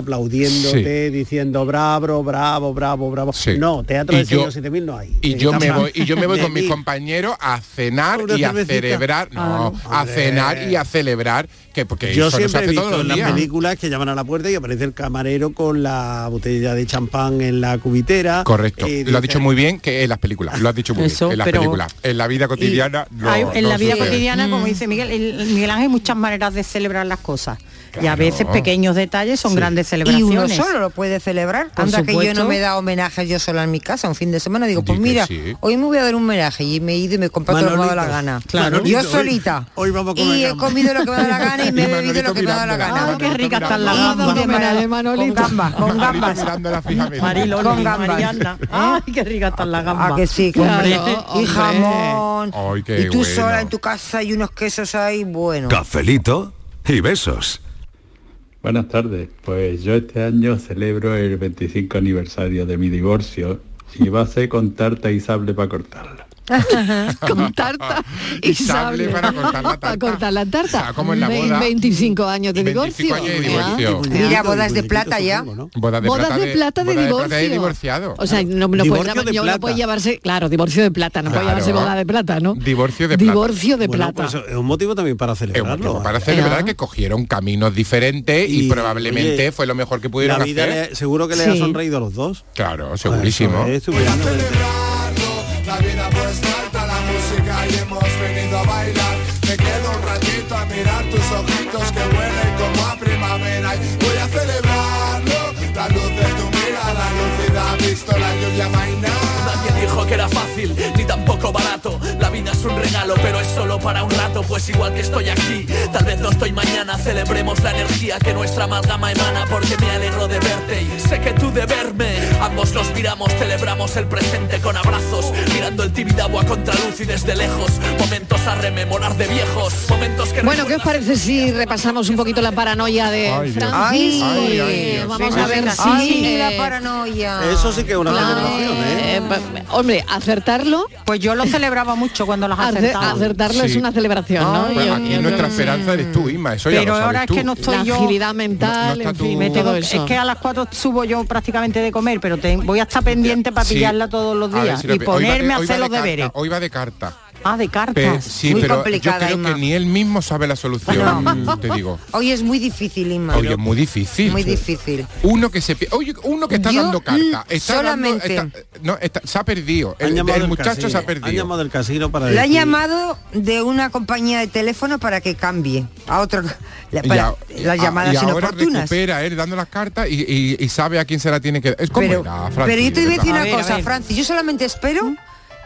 aplaudiéndote, diciendo bravo, bravo, bravo, bravo.
Sí.
No, teatro
Y
de
yo-
6.000 o 7.000 no hay.
y yo me
Estamos-
voy y yo
(laughs)
me voy
de
con mis
mil.
compañeros a cenar
Una
y a
cervecita.
celebrar no
Ah,
a
no.
cenar
Hombre.
y a celebrar que porque
Yo
eso no se
siempre he
hace todos
visto
los
en las
días
películas que llaman a la puerta y aparece el camarero con la botella de champán en la cubitera.
correcto
Y
lo
dice-
has dicho muy bien que en las películas lo has dicho muy
Eso,
bien en las
pero-
películas en la vida cotidiana no,
Hay- en
no
la vida
sucede.
cotidiana, como dice Miguel, el- Miguel Ángel, hay muchas maneras de celebrar las cosas. Y a
Claro.
veces pequeños detalles son grandes
Y
celebraciones.
uno
¿eh?
solo lo puede celebrar.
Por
Anda que yo
supuesto.
no me da homenaje yo sola en mi casa un fin de semana. Digo, pues
Di que
mira,
sí.
hoy me voy a dar un homenaje y me he ido y me he comprado todo lo que me ha dado la
Manolito.
gana.
Claro.
Yo
Manolito, hoy-
solita.
hoy vamos a comer
y he
gamba.
comido lo que me ha dado
(laughs)
la gana y me he bebido lo que me ha dado la gana.
Ay, qué rica está la
mirándola.
gamba.
Y de Manolito.
Manolito.
Con gambas, con gambas.
Marilo,
Con
y
gambas. (laughs)
Mariana. Ay, qué rica está la gamba.
Ah, que sí, que
Hombre.
hombre. Y jamón.
Ay, qué
y tú
bueno.
sola en tu casa y unos quesos ahí, bueno.
Cafelito y besos.
Buenas tardes, pues yo este año celebro el 25 aniversario de mi divorcio y va a ser con tarta y sable para cortarla.
(laughs) con tarta y,
Y sable
sable
para cortar
(laughs)
la
Para cortar la tarta.
como en la
Ve-
boda.
25 años de divorcio.
Mira, bodas de plata ya.
Bodas de
Bodas
plata
de plata de
bodas
divorcio.
plata de divorciado
O sea, no, no, puede, llamar- no puede llamarse, claro, divorcio de plata, no puede
Claro.
llamarse boda de plata, ¿no?
divorcio de plata
Divorcio de
Bueno,
plata.
pues eso es un motivo también para celebrarlo.
para celebrar que cogieron caminos diferentes y,
Y,
probablemente
oye,
fue lo mejor que pudieron
la vida
hacer.
le- seguro que le ha Sí. sonreído a los dos.
Claro, segurísimo.
Eso es estupendo.
La vida pues alta, la música y hemos venido a bailar. Me quedo un ratito a mirar tus ojitos que huelen como a primavera. Y voy a celebrarlo. La luz de tu mirada lúcida ha visto la lluvia mainar.
Nadie dijo que era fácil, ni tampoco barato. La vida es un regalo, pero es solo para un rato. Pues igual que estoy aquí, tal vez no estoy mañana. Celebremos la energía que nuestra amalgama emana, porque me alegro de verte y sé que tú de verme. Ambos nos miramos, celebramos el presente con abrazos, mirando el tibidabo a contraluz y desde lejos. Momentos a rememorar de viejos, momentos que
Bueno, ¿qué os parece si repasamos un poquito la paranoia de
Ay, Dios.
Francis?
Ay, ay,
Eh,
Dios.
Vamos
Sí,
a ver
sí.
si...
Ay,
la
eh,
paranoia.
Eso sí que es una celebración, ¿eh?
eh, hombre, acertarlo...
Pues yo lo celebraba mucho cuando las
Ace-
acertaba.
acertarlo es
Sí.
una celebración, ¿no?
Pues
Yo-
aquí
yo
nuestra
creo-
esperanza eres tú, Isma, eso ya
Pero
lo sabes
ahora es
tú.
que no estoy
La
yo.
agilidad mental,
está
en fin,
Me tengo-
todo
es
eso.
que a las 4 subo yo prácticamente de comer, pero te- voy a estar pendiente para
Sí.
pillarla todos los
A ver
días
si lo
y
pi- hoy va de-
ponerme a
hoy va
hacer
de
los
carta,
deberes.
Hoy va de carta.
Ah, de
Pe-
cartas.
sí,
Muy
pero yo
complicada,
creo
Inma.
que ni él mismo sabe la solución, te digo.
(laughs) Hoy es muy difícil, Inma.
Oye, es muy difícil.
Muy difícil.
Uno que se pi- oye, uno que está
Yo,
dando carta,
mm,
está
solamente-
dando- está- no, está- se ha perdido.
Han
El,
llamado
el
del
muchacho
casino,
se ha
han
perdido.
llamado del casino para
Le han
decir-
llamado de una compañía de teléfono para que cambie a otro la- para
Y a-
las
y
llamadas
ahora
inoportunas.
recupera él dando las cartas y, y- y sabe a quién se la tiene que dar. Es como
Pero,
era, Francis,
pero yo te voy a decir
¿verdad?
una cosa, Francis. Yo solamente espero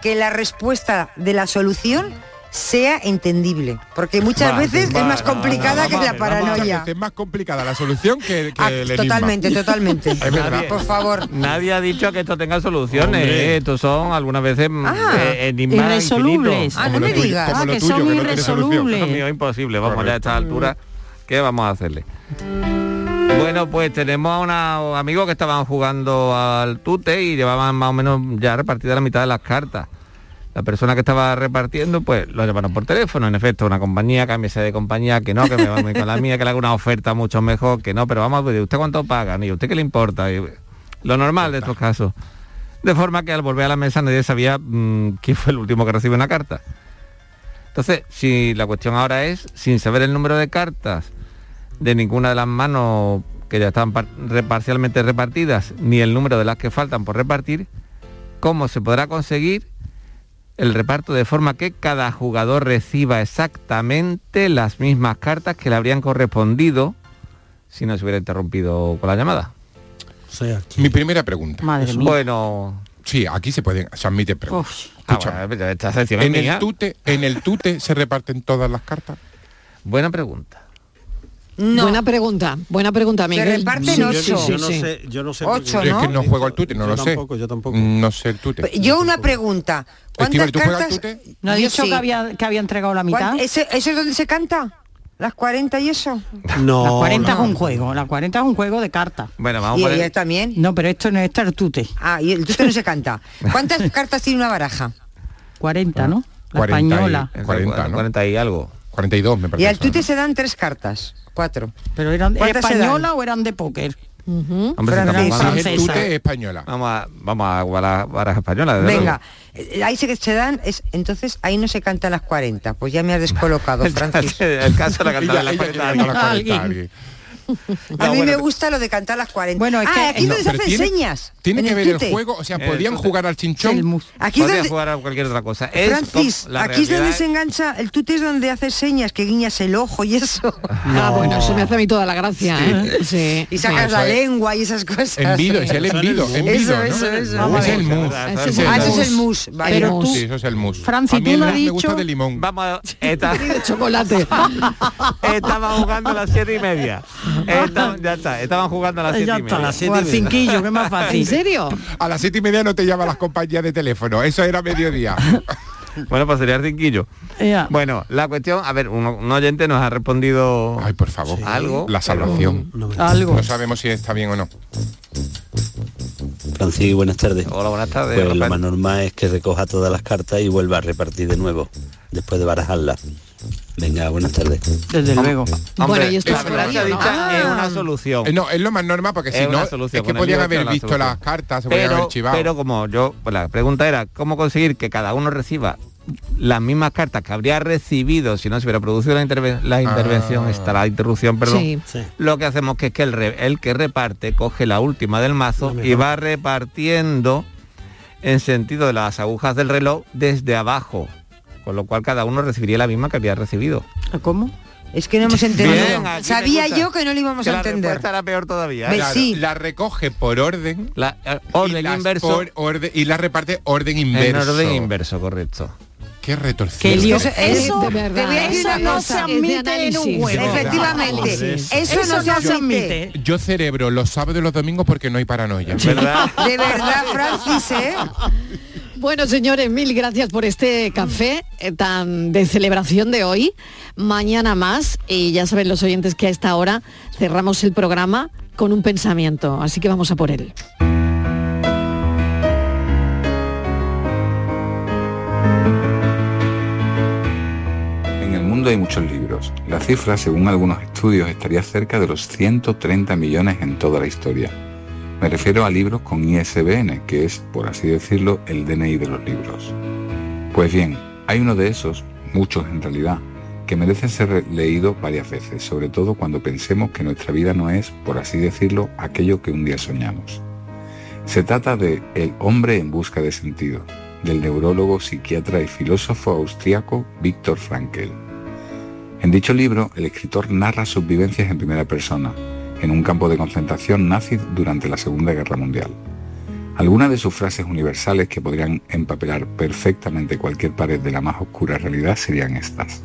que la respuesta de la solución sea entendible, porque muchas
Vale,
veces es
vale,
más
vale,
complicada
vale,
que la
vale, vale. Muchas
paranoia.
veces Es más complicada la solución que, que
Ah,
el enigma.
totalmente, totalmente.
Es verdad.
Por favor.
Nadie ha dicho que esto tenga soluciones.
Hombre.
eh, Estos son algunas veces mm, eh, enigmas infinitos.
Ah, no me digas.
Como lo tuyo, que no tiene solución. Lo mío es Mío, imposible, vamos ya a esta altura. ¿Qué vamos a hacerle? Bueno, pues tenemos a unos amigos que estaban jugando al tute y llevaban más o menos ya repartida la mitad de las cartas. La persona que estaba repartiendo, pues lo llamaron por teléfono, en efecto, una compañía, cámbiese de compañía, que no, que me va muy con la mía, que le haga una oferta mucho mejor, que no, pero vamos a ver, ¿usted cuánto paga? ¿Y a usted qué le importa? Y lo normal de estos casos. De forma que al volver a la mesa nadie sabía mm, quién fue el último que recibe una carta. Entonces, si la cuestión ahora es, sin saber el número de cartas de ninguna de las manos que ya están par- re- parcialmente repartidas, ni el número de las que faltan por repartir, ¿cómo se podrá conseguir el reparto de forma que cada jugador reciba exactamente las mismas cartas que le habrían correspondido si no se hubiera interrumpido con la llamada?
Mi primera pregunta.
Madre mía. Bueno.
Sí, aquí se pueden, se admiten preguntas.
Ah,
Escucha,
bueno, pero esta sección es
en,
mía.
el tute, en el tute se reparten todas las cartas.
Buena pregunta.
Buena pregunta, buena pregunta, Miguel.
Sí, yo- Yo, no sé, yo no sé. por qué.
Yo es que no juego al tute, no
Yo
lo
tampoco,
sé. Yo tampoco, No sé el tute.
Yo una pregunta. ¿Cuántas
Estíbaliz, ¿tú juegas
cartas?
¿No ha
Yo
dicho
sí.
que, había, que había entregado la mitad?
¿Cuán- ese- ¿Eso es donde se canta? ¿Las 40 y eso?
No.
La 40
no.
es un juego, la 40 es un juego de cartas.
Bueno,
¿Y ella también?
No, pero esto no es tartute.
Ah, y el tute no se canta. ¿Cuántas cartas tiene una baraja?
40, ¿no? La
40 y-
española.
40, ¿no?
40 y algo.
42 me
Y
parece.
al tute se dan tres cartas, cuatro.
Pero eran
¿Cuántas se
española o eran de póker?
Hombre, si
Francesa.
estamos
Si es tú,
hablando-
te
española.
Vamos a, vamos a guardar barajas españolas. desde
Venga,
luego.
eh, ahí se que se dan, es, entonces ahí no se cantan las 40. Pues ya me has descolocado, Francis.
(laughs) el caso era cantar
Ella-
las
ella
40
tiene
alguien.
las 40 alguien.
A mí
bueno,
me gusta lo de cantar las 40.
Bueno,
es ah, aquí
Eh, No,
donde se
pero
hacen
tiene-
señas.
Tiene
en
que ver el
tute.
juego, o sea,
En el
podían
tute.
jugar al chinchón.
Aquí
Podría
donde-
jugar a cualquier otra cosa. Es
Francis,
como la
aquí es donde
realidad
se engancha, el tute es donde haces señas, que guiñas el ojo y eso.
Ah, bueno, eso me hace a mí toda la gracia. ¿eh? Sí,
Y sacas
sí.
la lengua y esas cosas.
Envido, es el envido, envido,
Eso,
¿no?
eso,
Es
eso.
el mus.
Ah,
Ese
Ah, ese es el
mus.
mus. vale.
Pero
Mus.
tú- Sí, eso es el mus.
Francis,
a mí
tú
el
lo has
mus me gusta
dicho-
de limón.
Vamos a...
(laughs)
Esta,
de (laughs) chocolate.
estaba jugando a las siete y media. Esta- ya está, estaban jugando a Eh, las
Ya
siete y
está,
media.
a las siete y O al media. cinquillo, que es más
(laughs)
fácil.
¿En serio?
A las siete y media no te llaman las compañías de teléfono. Eso era mediodía.
Bueno, pues sería el cinquillo.
Ya.
Bueno, la cuestión, a ver, un, un oyente nos ha respondido
Ay, por favor.
algo.
La salvación.
Algo.
No sabemos si está bien o no.
Francis, buenas tardes. Hola, buenas tardes. Pues lo Rafael. más normal es que recoja todas las cartas y vuelva a repartir de nuevo, después de barajarlas. Venga, buenas tardes.
Desde luego.
Hombre,
Bueno, y esto
la
es
verdad
horario, ¿no?
dicha
Ah.
es una solución.
Eh, no, es lo más normal porque si
Es una
no,
solución,
es que
con el
podían
mío
haber
es una
visto
solución.
las cartas, se podían
pero,
haber chivado.
pero como yo, pues la pregunta era, ¿cómo conseguir que cada uno reciba las mismas cartas que habría recibido si no se hubiera producido la, interve-
Ah.
la intervención, esta, la interrupción, perdón?
Sí.
Lo que hacemos que es que el, re- el que reparte coge la última del mazo y va repartiendo en sentido de las agujas del reloj desde abajo, con lo cual cada uno recibiría la misma que había recibido.
¿Cómo?
Es que no hemos
Bien,
entendido.
aquí te
Sabía
gusta.
yo que no lo íbamos
Que
a
la
entender.
respuesta era peor todavía. ¿eh?
Claro, La recoge por orden.
La, eh,
y
orden
las
inverso.
por orden- y la reparte orden
En
inverso.
orden inverso, correcto.
Qué retorcido.
Qué lío.
eres.
Eso,
de verdad,
te voy a decir
eso
una
no
cosa,
se
es de
admite en un
análisis.
juego.
Efectivamente, eso, no se admite.
Yo cerebro los sábados y los domingos porque no hay paranoia.
¿Verdad?
De verdad, Francis, ¿eh?
Bueno, señores, mil gracias por este café eh, tan de celebración de hoy. Mañana más, y ya saben los oyentes que a esta hora cerramos el programa con un pensamiento, así que vamos a por él.
En el mundo hay muchos libros. La cifra, según algunos estudios, estaría cerca de los 130 millones en toda la historia. Me refiero a libros con ISBN, que es, por así decirlo, el DNI de los libros. Pues bien, hay uno de esos, muchos en realidad, que merece ser leído varias veces, sobre todo cuando pensemos que nuestra vida no es, por así decirlo, aquello que un día soñamos. Se trata de El hombre en busca de sentido, del neurólogo, psiquiatra y filósofo austriaco Víctor Frankl. En dicho libro, el escritor narra sus vivencias en primera persona, en un campo de concentración nazi durante la Segunda Guerra Mundial. Algunas de sus frases universales que podrían empapelar perfectamente cualquier pared de la más oscura realidad serían estas.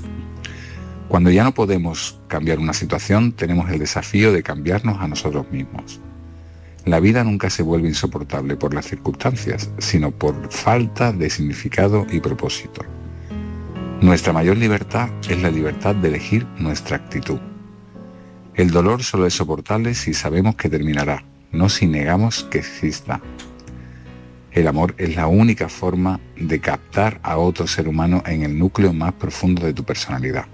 Cuando ya no podemos cambiar una situación, tenemos el desafío de cambiarnos a nosotros mismos. La vida nunca se vuelve insoportable por las circunstancias, sino por falta de significado y propósito. Nuestra mayor libertad es la libertad de elegir nuestra actitud. El dolor solo es soportable si sabemos que terminará, no si negamos que exista. El amor es la única forma de captar a otro ser humano en el núcleo más profundo de tu personalidad.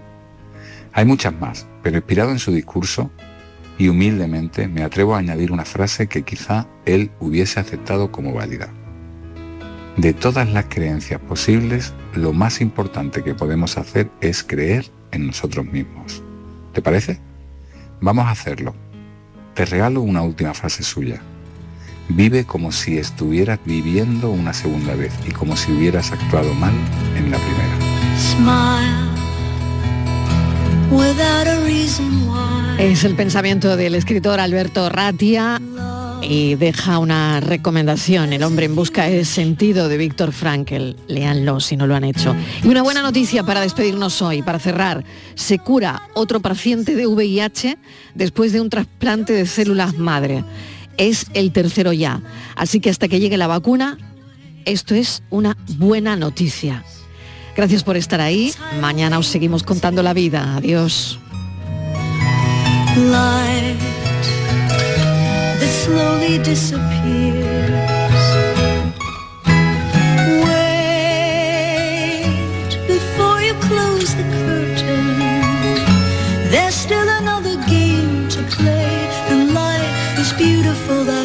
Hay muchas más, pero inspirado en su discurso, y humildemente me atrevo a añadir una frase que quizá él hubiese aceptado como válida. De todas las creencias posibles, lo más importante que podemos hacer es creer en nosotros mismos. ¿Te parece? Vamos a hacerlo. Te regalo una última frase suya. Vive como si estuvieras viviendo una segunda vez y como si hubieras actuado mal en la primera.
Smile without a reason why.
Es el pensamiento del escritor Alberto Ratia y deja una recomendación. El hombre en busca es sentido de Víctor Frankel. Leanlo si no lo han hecho. Y una buena noticia para despedirnos hoy, para cerrar. Se cura otro paciente de VIH después de un trasplante de células madre. Es el tercero ya. Así que hasta que llegue la vacuna, esto es una buena noticia. Gracias por estar ahí. Mañana os seguimos contando la vida. Adiós.
light that slowly disappears. Wait before you close the curtain. There's still another game to play, and life is beautiful that